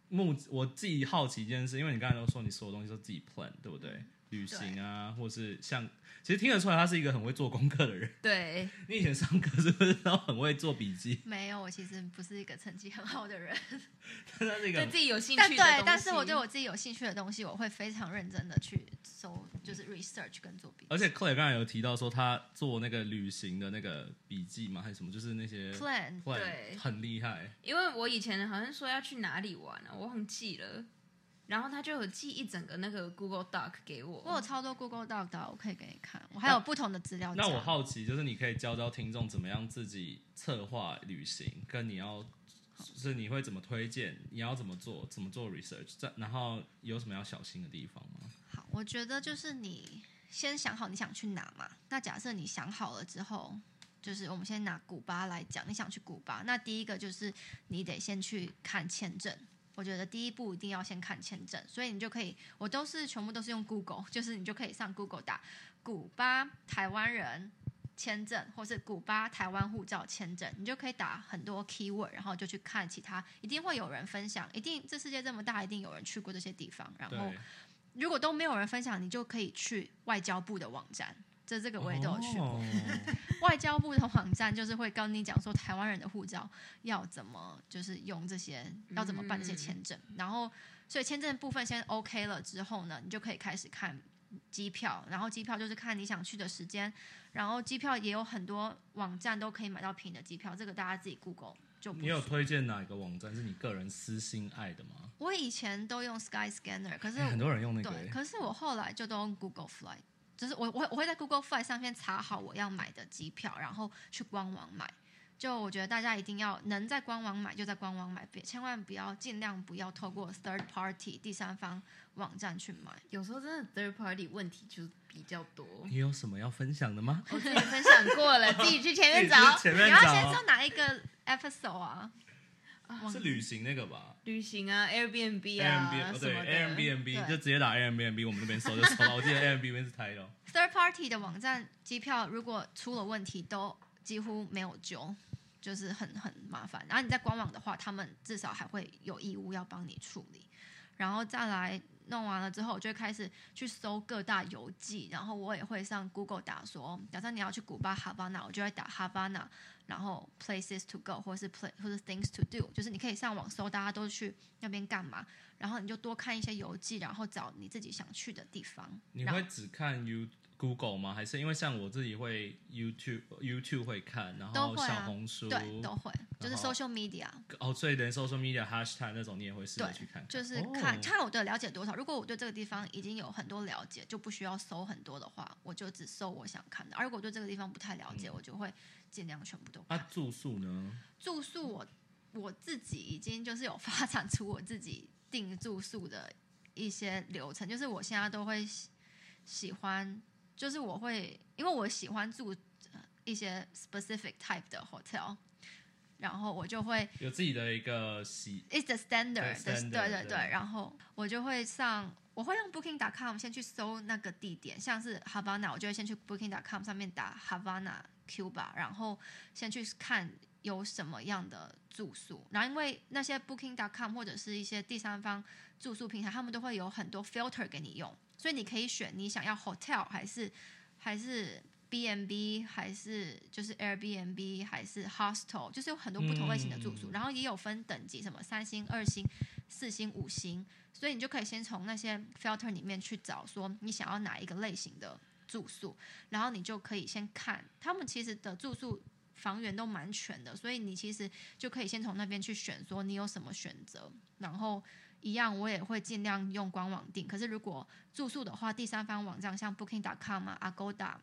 [SPEAKER 1] 目我自己好奇一件事，因为你刚才都说你所有东西都自己 plan，对不对？旅行啊，或是像，其实听得出来他是一个很会做功课的人。
[SPEAKER 2] 对，
[SPEAKER 1] 你以前上课是不是都很会做笔记？
[SPEAKER 3] 没有，我其实不是一个成绩很好 的人，
[SPEAKER 1] 但是那
[SPEAKER 2] 对
[SPEAKER 1] 个
[SPEAKER 2] 自己有兴
[SPEAKER 3] 但
[SPEAKER 2] 趣的东
[SPEAKER 3] 对
[SPEAKER 2] 西，，
[SPEAKER 3] 但是我对我自己有兴趣的东西，我会非常认真的去搜，就是
[SPEAKER 2] 嗯
[SPEAKER 3] research 跟做笔记。
[SPEAKER 1] 而且 Clay 刚才有提到说他做那个旅行的那个笔记嘛，还是什么，就是那些
[SPEAKER 3] plan，
[SPEAKER 1] plan
[SPEAKER 2] 对
[SPEAKER 1] 很厉害。
[SPEAKER 2] 因为我以前好像说要去哪里玩啊，我忘记了。然后他就有寄一整个那个 Google Doc 给我，
[SPEAKER 3] 我有超多 Google Doc 的，我可以给你看，我还有不同的资料夹。
[SPEAKER 1] 那我好奇，就是你可以教教听众怎么样自己策划旅行，跟你要就是你会怎么推荐，你要怎么做，怎么做 research，这然后有什么要小心的地方吗？
[SPEAKER 3] 好，我觉得就是你先想好你想去哪嘛。那假设你想好了之后，就是我们先拿古巴来讲，你想去古巴，那第一个就是你得先去看签证。我觉得第一步一定要先看签证，所以你就可以，我都是全部都是用 Google，就是 你就可以上 Google 打古巴台湾人签证，或是古巴台湾护照签证，你就可以打很多 keyword，然后就去看其他，一定会有人分享，一定这世界这么大，一定有人去过这些地方，然后
[SPEAKER 1] 对，
[SPEAKER 3] 如果都没有人分享，你就可以去外交部的网站。这这个我也都有去过。
[SPEAKER 1] 哦
[SPEAKER 3] 外交部的网站就是会跟你讲说，台湾人的护照要怎么，就是用这些要怎么办这些签证。然后，所以签证部分先 OK 了之后呢，你就可以开始看机票。然后机票就是看你想去的时间，然后机票也有很多网站都可以买到便宜的机票，这个大家自己 Google 就不
[SPEAKER 1] 你有
[SPEAKER 3] 说
[SPEAKER 1] 推荐哪一个网站是你个人私心爱的吗？
[SPEAKER 3] 我以前都用 Skyscanner，可是
[SPEAKER 1] 哎很多人用那个、
[SPEAKER 3] 对，
[SPEAKER 1] 欸，
[SPEAKER 3] 可是我后来就都用 Google Flight，就是我我会我会在 Google Flight 上面查好我要买的机票，然后去官网买。就我觉得大家一定要能在官网买就在官网买，别千万不要尽量不要透过 third party 第三方网站去买。
[SPEAKER 2] 有时候真的 third party 问题就比较多。
[SPEAKER 1] 你有什么要分享的吗？
[SPEAKER 2] 我自己分享过了，自己去前面
[SPEAKER 1] 自己
[SPEAKER 2] 找
[SPEAKER 1] 去。前
[SPEAKER 3] 你
[SPEAKER 1] 面
[SPEAKER 3] 要先
[SPEAKER 1] 找啊
[SPEAKER 3] 说哪一个 episode 啊？忘
[SPEAKER 1] 是
[SPEAKER 3] 记
[SPEAKER 1] 旅行那个吧？
[SPEAKER 2] 旅行啊，Airbnb
[SPEAKER 3] 哎
[SPEAKER 2] 啊
[SPEAKER 1] Airbnb 哦
[SPEAKER 2] 什
[SPEAKER 1] 对
[SPEAKER 2] 么的
[SPEAKER 1] Airbnb
[SPEAKER 3] 对
[SPEAKER 1] 就直接打 Airbnb，我们那边搜就搜到。我记 得 Airbnb 是 title，
[SPEAKER 3] third party 的网站机票如果出了问题，都几乎没有救，就是很很麻烦。然后你在官网的话，他们至少还会有义务要帮你处理。然后再来，弄完了之后，我就会开始去搜各大游记，然后我也会上 Google 打说，假设你要去古巴哈巴那，我就会打哈巴那，然后 places to go 或是 play 或是 things to do，就是你可以上网搜大家都去那边干嘛，然后你就多看一些游记，然后找你自己想去的地方。
[SPEAKER 1] 你
[SPEAKER 3] 然后
[SPEAKER 1] 会只看 You Google 吗？还是因为像我自己会 YouTube YouTube 会看，然
[SPEAKER 3] 都
[SPEAKER 1] 后
[SPEAKER 3] 会啊
[SPEAKER 1] 小红书
[SPEAKER 3] 对都会，就是
[SPEAKER 1] 然后
[SPEAKER 3] social media。
[SPEAKER 1] 哦，所以连 social media hashtag 那种你也会试着
[SPEAKER 3] 对
[SPEAKER 1] 去看看，
[SPEAKER 3] 就是
[SPEAKER 1] 哦
[SPEAKER 3] 看看我对了解多少。如果我对这个地方已经有很多了解，就不需要搜很多的话，我就只搜我想看的。而如果对这个地方不太了解，我就会尽量全部都
[SPEAKER 1] 嗯啊
[SPEAKER 3] 看。
[SPEAKER 1] 住宿呢？
[SPEAKER 3] 住宿我我自己已经就是有发展出我自己订住宿的一些流程，就是我现在都会喜喜欢，就是我会因为我喜欢住呃一些 specific type 的 hotel，然后我就会
[SPEAKER 1] 有自己的一个习
[SPEAKER 3] It's the standard，
[SPEAKER 1] 对
[SPEAKER 3] 的
[SPEAKER 1] standard，
[SPEAKER 3] 对对对
[SPEAKER 1] 对。
[SPEAKER 3] 然后我就会上，我会用 Booking.com 先去搜那个地点，像是 Havana，我就会先去 Booking.com 上面打 Havana Cuba，然后先去看有什么样的住宿。然后因为那些 Booking.com 或者是一些第三方住宿平台，他们都会有很多 filter 给你用，所以你可以选你想要 hotel 还是还是 B N B 还是就是 Airbnb 还是 hostel，就是有很多不同类型的住宿，
[SPEAKER 1] 嗯
[SPEAKER 3] 然后也有分等级，什么三星、二星、四星、五星，所以你就可以先从那些 filter 里面去找，说你想要哪一个类型的住宿，然后你就可以先看他们其实的住宿。房源都蛮全的，所以你其实就可以先从那边去选，说你有什么选择，然后一样，我也会尽量用官网订。可是如果住宿的话，第三方网站像 Booking.com 啊、Agoda、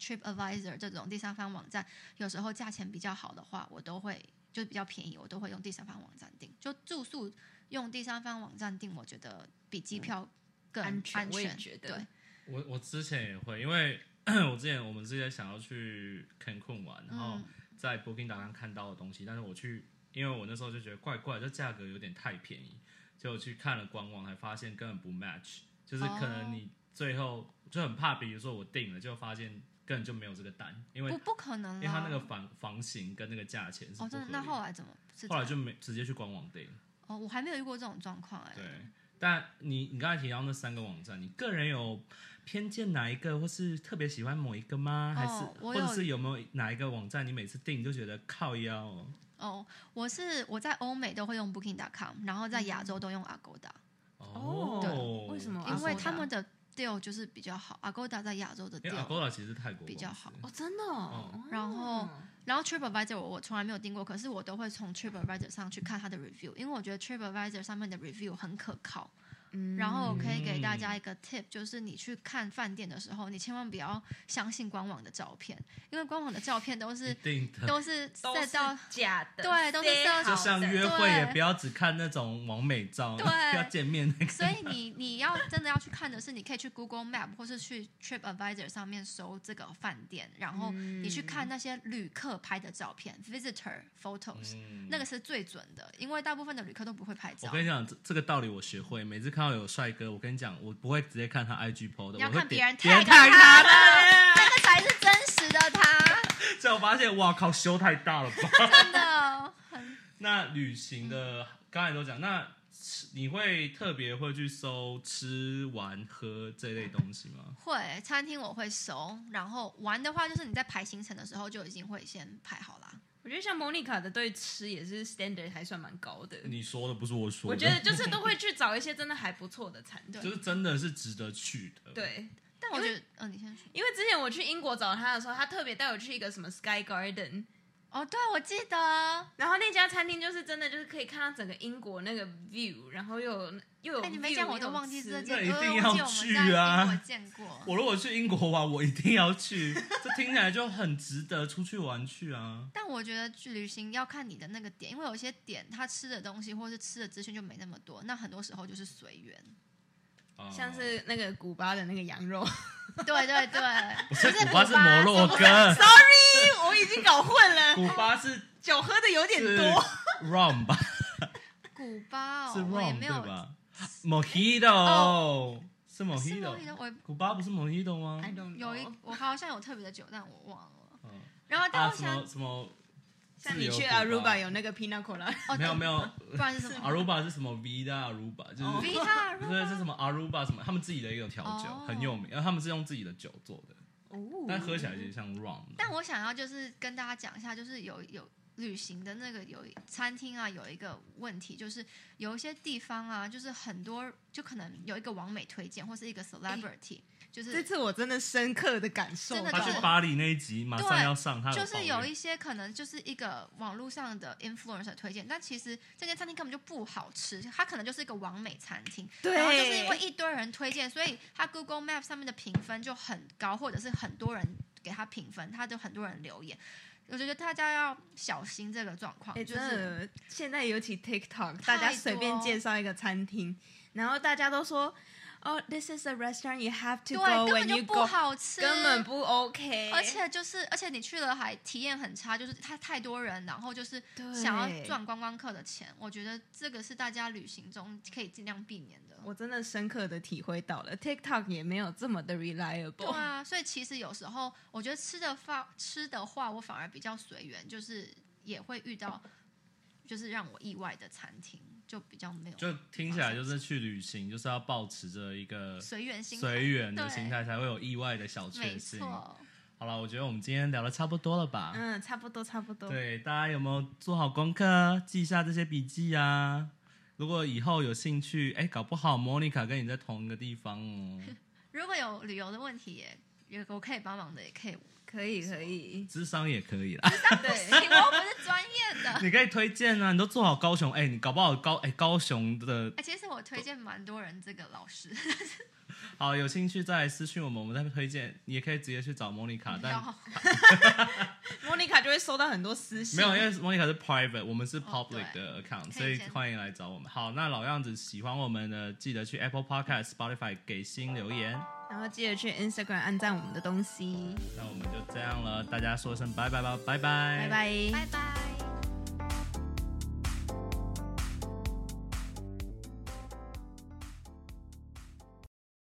[SPEAKER 3] TripAdvisor 这种第三方网站，有时候价钱比较好的话，我都会就比较便宜，我都会用第三方网站订。就住宿用第三方网站订，我觉得比机票更
[SPEAKER 2] 嗯安全
[SPEAKER 3] 安
[SPEAKER 2] 我也
[SPEAKER 3] 全
[SPEAKER 2] 觉得
[SPEAKER 3] 对，
[SPEAKER 1] 我我之前也会，因为 我之前我们之前想要去 Cancun 玩，然后
[SPEAKER 3] 嗯
[SPEAKER 1] 在 Booking 上看到的东西，但是我去，因为我那时候就觉得怪怪，这价格有点太便宜，结果去看了官网，还发现根本不 match，就是可能
[SPEAKER 3] 哦
[SPEAKER 1] 你最后就很怕，比如说我订了，就发现根本就没有这个单，因为
[SPEAKER 3] 不不可能
[SPEAKER 1] 因
[SPEAKER 3] 啦。
[SPEAKER 1] 为它那个房房型跟那个价钱是
[SPEAKER 3] 哦，
[SPEAKER 1] 不
[SPEAKER 3] 真的，
[SPEAKER 1] 合
[SPEAKER 3] 那
[SPEAKER 1] 理
[SPEAKER 3] 后来怎么是
[SPEAKER 1] 后来
[SPEAKER 3] 怎
[SPEAKER 1] 就
[SPEAKER 3] 么
[SPEAKER 1] 没直接去官网订。
[SPEAKER 3] 哦，我还没有遇过这种状况哎、
[SPEAKER 1] 对，但你你刚才提到那三个网站，你个人有偏见哪一个，或是特别喜欢某一个吗？还
[SPEAKER 3] 哦
[SPEAKER 1] 是
[SPEAKER 3] 我
[SPEAKER 1] 或
[SPEAKER 3] 有
[SPEAKER 1] 者是有没有哪一个网站你每次订就觉得靠腰、哦？
[SPEAKER 3] 哦，我是我在欧美都会用 Booking.com，然
[SPEAKER 2] 嗯
[SPEAKER 3] 后在亚洲都用 Agoda。
[SPEAKER 1] 哦，
[SPEAKER 2] 对为什么
[SPEAKER 3] 因为
[SPEAKER 2] Agoda
[SPEAKER 3] 他们的 deal 就是比较好，Agoda 在亚洲的
[SPEAKER 1] 因为
[SPEAKER 3] deal，
[SPEAKER 1] Agoda 其实是泰国
[SPEAKER 3] 比
[SPEAKER 1] 公
[SPEAKER 3] 较
[SPEAKER 1] 司
[SPEAKER 3] 好
[SPEAKER 2] 哦，真的哦、
[SPEAKER 1] 嗯
[SPEAKER 2] 哦
[SPEAKER 3] 然后然后 TripAdvisor 我我从来没有订过，可是我都会从 TripAdvisor 上去看它的 review，因为我觉得 TripAdvisor 上面的 review 很可靠。
[SPEAKER 2] 嗯
[SPEAKER 3] 然后我可以给大家一个 tip，就是你去看饭店的时候，你千万不要相信官网的照片，因为官网的照片都
[SPEAKER 1] 一
[SPEAKER 3] 是
[SPEAKER 1] 定的。
[SPEAKER 3] 都是
[SPEAKER 2] 都
[SPEAKER 3] set
[SPEAKER 2] 是
[SPEAKER 3] 到
[SPEAKER 2] 假的，
[SPEAKER 3] 对都是
[SPEAKER 2] 塞好
[SPEAKER 3] 设
[SPEAKER 1] 就
[SPEAKER 2] 的
[SPEAKER 1] 像约会也
[SPEAKER 3] 对
[SPEAKER 1] 不要只看那种完美照，
[SPEAKER 3] 对
[SPEAKER 1] 不要见面那个。
[SPEAKER 3] 所以你你要真的要去看的是，你可以去 Google Map 或是去 Trip Advisor 上面搜这个饭店，然后你去
[SPEAKER 1] 嗯
[SPEAKER 3] 看那些旅客拍的照片、visitor photos，、
[SPEAKER 1] 嗯
[SPEAKER 3] 那个是最准的，因为大部分的旅客都不会拍
[SPEAKER 1] 我
[SPEAKER 3] 照
[SPEAKER 1] 跟。你讲，这这个道理我学会。每次看到有帅哥，我跟你讲，我不会直接看他 IG PO 的，
[SPEAKER 3] 你要
[SPEAKER 1] 我会
[SPEAKER 3] 看别人
[SPEAKER 1] 别人
[SPEAKER 3] tag
[SPEAKER 1] 看
[SPEAKER 3] 他
[SPEAKER 1] 的。
[SPEAKER 3] 的，那个才是真实的他，
[SPEAKER 1] 所以我发现，哇靠，修太大了吧？
[SPEAKER 3] 真的很
[SPEAKER 1] 那旅行的刚才都讲，那吃你会特别会去搜吃、玩、喝这类东西吗？
[SPEAKER 3] 会。餐厅我会熟，然后玩的话，就是你在排行程的时候就已经会先排好啦。
[SPEAKER 2] 我觉得像 Monica 的对吃也是 standard 还算蛮高的，
[SPEAKER 1] 你说的不是我说的，
[SPEAKER 2] 我觉得就是都会去找一些真的还不错的餐
[SPEAKER 1] 就
[SPEAKER 2] 厅。
[SPEAKER 1] 是真的是值得去的。，
[SPEAKER 2] 对，
[SPEAKER 3] 但我觉得，嗯、你先说。
[SPEAKER 2] 因为之前我去英国找他的时候，他特别带我去一个什么 Sky Garden，
[SPEAKER 3] 哦，对，我记得。
[SPEAKER 2] 然后那家餐厅就是真的就是可以看到整个英国那个 view，然后又有又有 view,
[SPEAKER 3] 哎，你没讲我都忘记这
[SPEAKER 2] 这
[SPEAKER 1] 件
[SPEAKER 3] 件，呃
[SPEAKER 1] 那
[SPEAKER 3] 我
[SPEAKER 1] 一定要
[SPEAKER 3] 都忘记我们
[SPEAKER 1] 去
[SPEAKER 3] 在
[SPEAKER 1] 啊
[SPEAKER 3] 英国见过。
[SPEAKER 1] 我如果去英国玩，我一定要去， 这听起来就很值得出去玩去 啊。
[SPEAKER 3] 但我觉得去旅行要看你的那个点，因为有些点他吃的东西或是吃的资讯就没那么多，那很多时候就是随缘。
[SPEAKER 1] 啊
[SPEAKER 2] 像是那个古巴的那个羊 肉
[SPEAKER 3] 对对对，
[SPEAKER 1] 不是
[SPEAKER 3] 不是
[SPEAKER 1] 古巴是
[SPEAKER 3] 古巴
[SPEAKER 1] 摩洛
[SPEAKER 3] 是
[SPEAKER 1] 哥，
[SPEAKER 2] ，sorry，我已经搞混 了，
[SPEAKER 1] 古巴是
[SPEAKER 2] 酒喝的有点
[SPEAKER 1] 是
[SPEAKER 2] 多，
[SPEAKER 1] rum 吧，
[SPEAKER 3] 古巴哦
[SPEAKER 1] 是，
[SPEAKER 3] 我也
[SPEAKER 1] rum 对
[SPEAKER 3] 没有
[SPEAKER 1] 吧？Mojito 是
[SPEAKER 3] 是莫吉
[SPEAKER 1] Mojito，
[SPEAKER 3] 托我也
[SPEAKER 1] 古巴不是 Mojito 吗？
[SPEAKER 2] 哦 I don't know
[SPEAKER 3] 有一我好像有特别的酒，但我忘了。
[SPEAKER 1] 嗯
[SPEAKER 3] 然后但
[SPEAKER 1] 啊，
[SPEAKER 3] 我
[SPEAKER 1] 什
[SPEAKER 3] 想
[SPEAKER 1] 么什么
[SPEAKER 2] 像你
[SPEAKER 1] 自
[SPEAKER 2] 去
[SPEAKER 1] 由活
[SPEAKER 2] Aruba
[SPEAKER 1] 吧
[SPEAKER 2] 有那个 Pina Colada，
[SPEAKER 3] 哦，
[SPEAKER 1] 没有没有
[SPEAKER 3] 不然是什 么
[SPEAKER 1] ，Aruba 是什么 Vida Aruba，就是
[SPEAKER 2] 哦
[SPEAKER 3] Vita
[SPEAKER 1] 不是是什么 Aruba 什么，他们自己的一种调酒、
[SPEAKER 3] 哦
[SPEAKER 1] 很有名，然后他们是用自己的酒做的，
[SPEAKER 2] 哦
[SPEAKER 1] 但喝起来有点像 rum。
[SPEAKER 3] 但我想要就是跟大家讲一下，就是有有旅行的那个有餐厅啊，有一个问题就是有一些地方啊，就是很多就可能有一个完美推荐或是一个 celebrity，、就
[SPEAKER 2] 这
[SPEAKER 3] 是
[SPEAKER 2] 次我真的深刻的感受
[SPEAKER 3] 真的
[SPEAKER 2] 到，
[SPEAKER 1] 他
[SPEAKER 3] 就是
[SPEAKER 1] 去巴黎那一集马上要上，他
[SPEAKER 3] 就是
[SPEAKER 1] 有抱
[SPEAKER 3] 有
[SPEAKER 1] 怨
[SPEAKER 3] 一些可能就是一个网络上的 influencer 推荐，但其实这间餐厅根本就不好吃，它可能就是一个完美餐厅，
[SPEAKER 2] 对，
[SPEAKER 3] 然后就是因为一堆人推荐，所以它 Google Map 上面的评分就很高，或者是很多人给它评分，它就很多人留言。我觉得大家要小心这个状况，
[SPEAKER 2] 哎、
[SPEAKER 3] 就是
[SPEAKER 2] 真的，现在尤其 TikTok，大
[SPEAKER 3] 太
[SPEAKER 2] 家随便
[SPEAKER 3] 多
[SPEAKER 2] 介绍一个餐厅，然后大家都说，哦、t h i s is a restaurant you have to
[SPEAKER 3] 对
[SPEAKER 2] go
[SPEAKER 3] 根
[SPEAKER 2] when
[SPEAKER 3] 本
[SPEAKER 2] you
[SPEAKER 3] 就
[SPEAKER 2] go，
[SPEAKER 3] 不好吃，
[SPEAKER 2] 根本不 OK，
[SPEAKER 3] 而且就是，而且你去了还体验很差，就是太太多人，然后就是
[SPEAKER 2] 对
[SPEAKER 3] 想要赚观光客的钱，我觉得这个是大家旅行中可以尽量避免的。
[SPEAKER 2] 我真的深刻的体会到了，TikTok 也没有这么的 reliable。
[SPEAKER 3] 对啊，所以其实有时候我觉得吃的话，吃的话我反而比较随缘，就是也会遇到就是让我意外的餐厅，就比较没有
[SPEAKER 1] 就听起来就是去旅行就是要保持着一个
[SPEAKER 3] 随缘心态。
[SPEAKER 1] 随缘的
[SPEAKER 3] 对
[SPEAKER 1] 心态，才会有意外的小确
[SPEAKER 3] 没
[SPEAKER 1] 幸。
[SPEAKER 3] 错，
[SPEAKER 1] 好了，我觉得我们今天聊的差不多了吧？
[SPEAKER 2] 嗯，差不多，差不多。
[SPEAKER 1] 对，大家有没有做好功课，记下这些笔记啊？如果以后有兴趣，哎，搞不好 Monica 跟你在同一个地方哦。。
[SPEAKER 3] 如果有旅游的问题也也我可以帮忙的，也可以。
[SPEAKER 2] 可以，可以
[SPEAKER 1] 智商也可以啦，
[SPEAKER 2] 对，
[SPEAKER 3] 我又不是专业的。
[SPEAKER 1] 你可以推荐啊，你都做好高雄，哎，你搞不好高哎高雄的
[SPEAKER 3] 哎，其实我推荐蛮多人这个老师，
[SPEAKER 1] 好有兴趣再来私讯我们，我们再推荐，你也可以直接去找 Monica，但啊
[SPEAKER 3] 然后
[SPEAKER 2] 莫妮卡就会收到很多私 信。
[SPEAKER 1] 没有，因为 Monica 是 private，我们是
[SPEAKER 3] 哦
[SPEAKER 1] public
[SPEAKER 3] 对
[SPEAKER 1] 的 account，、
[SPEAKER 3] 可以
[SPEAKER 1] 所以
[SPEAKER 3] 先
[SPEAKER 1] 欢迎来找我们。好，那老样子，喜欢我们的记得去 Apple Podcast、Spotify 给星留言。
[SPEAKER 2] 然后记得去 Instagram 按赞我们的东西。
[SPEAKER 1] 那我们就这样了，大家说声拜拜吧，拜拜，
[SPEAKER 2] 拜拜。
[SPEAKER 3] 拜拜。